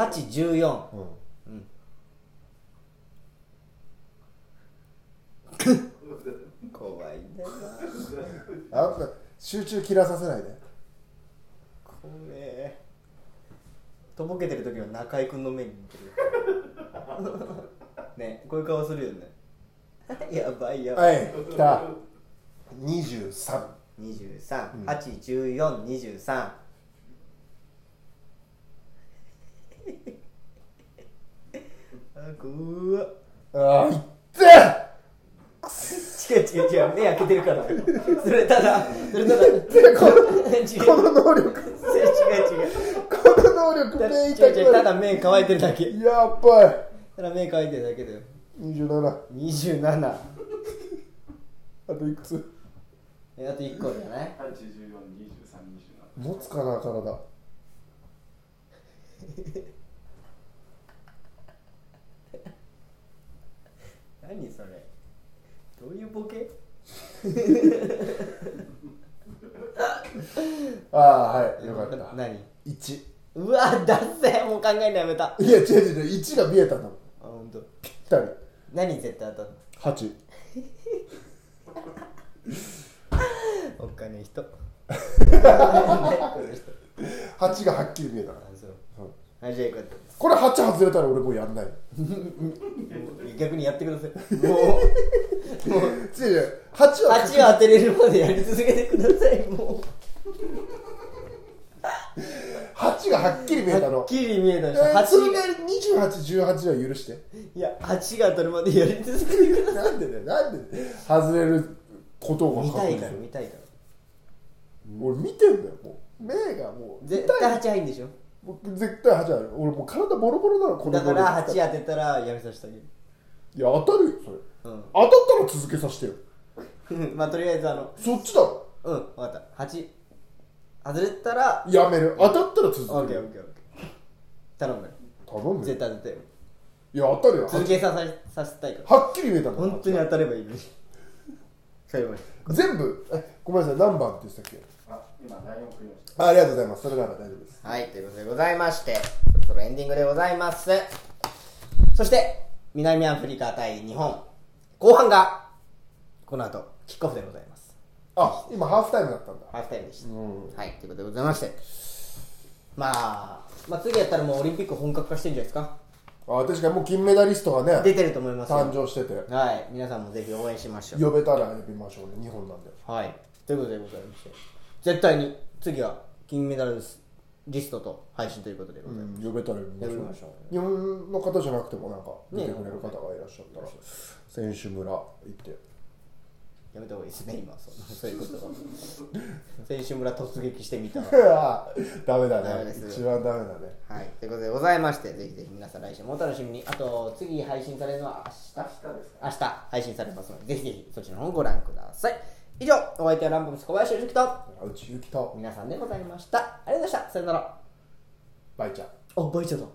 Speaker 1: 14814
Speaker 2: うん
Speaker 1: 怖いんだよな
Speaker 2: あんた集中切らさせないで
Speaker 1: これとぼけてる時の中居君の目に似てるねこういう顔するよねやばいやばい
Speaker 2: はい来た23
Speaker 1: 23、
Speaker 2: ん
Speaker 1: 8、14、23あくうわ
Speaker 2: ああいって
Speaker 1: 違う違う違う目開けてるからそれただそれただ
Speaker 2: この
Speaker 1: 違
Speaker 2: こ
Speaker 1: う
Speaker 2: の能力
Speaker 1: 違う違う
Speaker 2: この能力
Speaker 1: た
Speaker 2: 目
Speaker 1: 違
Speaker 2: 痛
Speaker 1: う違う
Speaker 2: く
Speaker 1: た
Speaker 2: な
Speaker 1: だ目乾いてるだけ
Speaker 2: るやっばい
Speaker 1: ただ目乾いてるだけだよ
Speaker 2: 27
Speaker 1: 27
Speaker 2: あといくつ
Speaker 1: えあと1個じゃない
Speaker 3: 8、14、23、27。
Speaker 2: 持つかな体
Speaker 1: 何それどういうボケ
Speaker 2: ああはいよかった
Speaker 1: 何
Speaker 2: 1
Speaker 1: うわだっせもう考えるのやめたあ
Speaker 2: いや違う違う違う1が見えたんだもん
Speaker 1: 本当。
Speaker 2: ぴったり
Speaker 1: 何絶対当たる
Speaker 2: 8
Speaker 1: おっかねえ 人この人
Speaker 2: 8がはっきり見えたから
Speaker 1: あそう
Speaker 2: うん
Speaker 1: はいじゃあ行こ
Speaker 2: これ8外れたら俺もうやんないう
Speaker 1: やって逆にやってくださいもう
Speaker 2: 違う違う8は確
Speaker 1: 8を当てれるまでやり続けてくださいもう
Speaker 2: 8がはっきり見えた
Speaker 1: は
Speaker 2: の
Speaker 1: っきり見えた
Speaker 2: え
Speaker 1: でしょ
Speaker 2: ーそれ
Speaker 1: 8
Speaker 2: が
Speaker 1: が
Speaker 2: 2818は許して
Speaker 1: いや8が当たるまでやり続けてくださ
Speaker 2: なんでねなんでね外れること
Speaker 1: い
Speaker 2: が
Speaker 1: 見
Speaker 2: 確
Speaker 1: たいか
Speaker 2: 認す
Speaker 1: ら見
Speaker 2: る
Speaker 1: たいから
Speaker 2: 俺見てんだよもう目がもう
Speaker 1: 絶対8入んでしょ
Speaker 2: もう絶対8ある俺もう体ボロボロなのこの
Speaker 1: だ
Speaker 2: 能力
Speaker 1: から8当てたらやめさせてあげる
Speaker 2: いや当たるよそれ
Speaker 1: うん
Speaker 2: 当たったら続けさせてよ
Speaker 1: うん まあとりあえずあの
Speaker 2: そっちだろ
Speaker 1: うんわかった8外れたら
Speaker 2: やめる当たったら続
Speaker 1: オッ
Speaker 2: け
Speaker 1: ケーオ
Speaker 2: る
Speaker 1: ッケーオッケー頼むよ
Speaker 2: 頼むよ
Speaker 1: 絶対当ててよ
Speaker 2: いや当たるよ
Speaker 1: 続けさせさせたいから
Speaker 2: はっきり見えたんだ
Speaker 1: 本当に当たればいいのにそういう
Speaker 2: 全部えごめんなさい何番って言ってたっ
Speaker 3: あ、今、ラインを送りました。
Speaker 2: けありがとうございますそれなら大丈夫です
Speaker 1: はいということでございましてそろそろエンディングでございますそして南アフリカ対日本後半がこの後キックオフでございます
Speaker 2: あ今ハーフタイムだったんだ
Speaker 1: ハーフタイムでした、
Speaker 2: うん
Speaker 1: はいということでございましてまあまあ次やったらもうオリンピック本格化してんじゃないですか
Speaker 2: あ確かにもう金メダリストが
Speaker 1: 出
Speaker 2: ね
Speaker 1: てると思いますよ
Speaker 2: 誕生してて
Speaker 1: はい皆さんもぜひ応援しましょう
Speaker 2: 呼べたら呼びましょうね日本なんで
Speaker 1: はいということでございまして絶対に次は金メダルリストと配信ということでございます、
Speaker 2: うん、呼べたら呼びま
Speaker 1: 呼
Speaker 2: しょ
Speaker 1: びま
Speaker 2: う
Speaker 1: しょ
Speaker 2: 日本の方じゃなくてもなんか
Speaker 1: ね
Speaker 2: 見てくれる方がいらっしゃったら選手村行 って
Speaker 1: やめた方がいいですね今そうそういうこと は選手村突撃してみた
Speaker 2: ダメ
Speaker 1: ダ
Speaker 2: だ
Speaker 1: メ
Speaker 2: ね
Speaker 1: です
Speaker 2: 一番ダメだね
Speaker 1: はいということでございましてぜひぜひ皆さん来週もお楽しみにあと次配信されるのは明日
Speaker 3: 明日ですか
Speaker 1: 明日配信されますのでぜひぜひそちらの方ご覧ください以上お相手はランボムス小林ゆきと
Speaker 2: うちゆきと
Speaker 1: 皆さんでございましたありがとうございましたさよなら
Speaker 2: バイちゃん
Speaker 1: あバイちゃんだ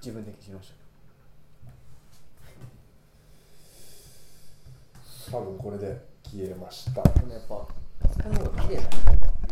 Speaker 1: 自分で消しました
Speaker 2: 多分これで消えました
Speaker 1: でもやっぱあそこの方が綺麗だね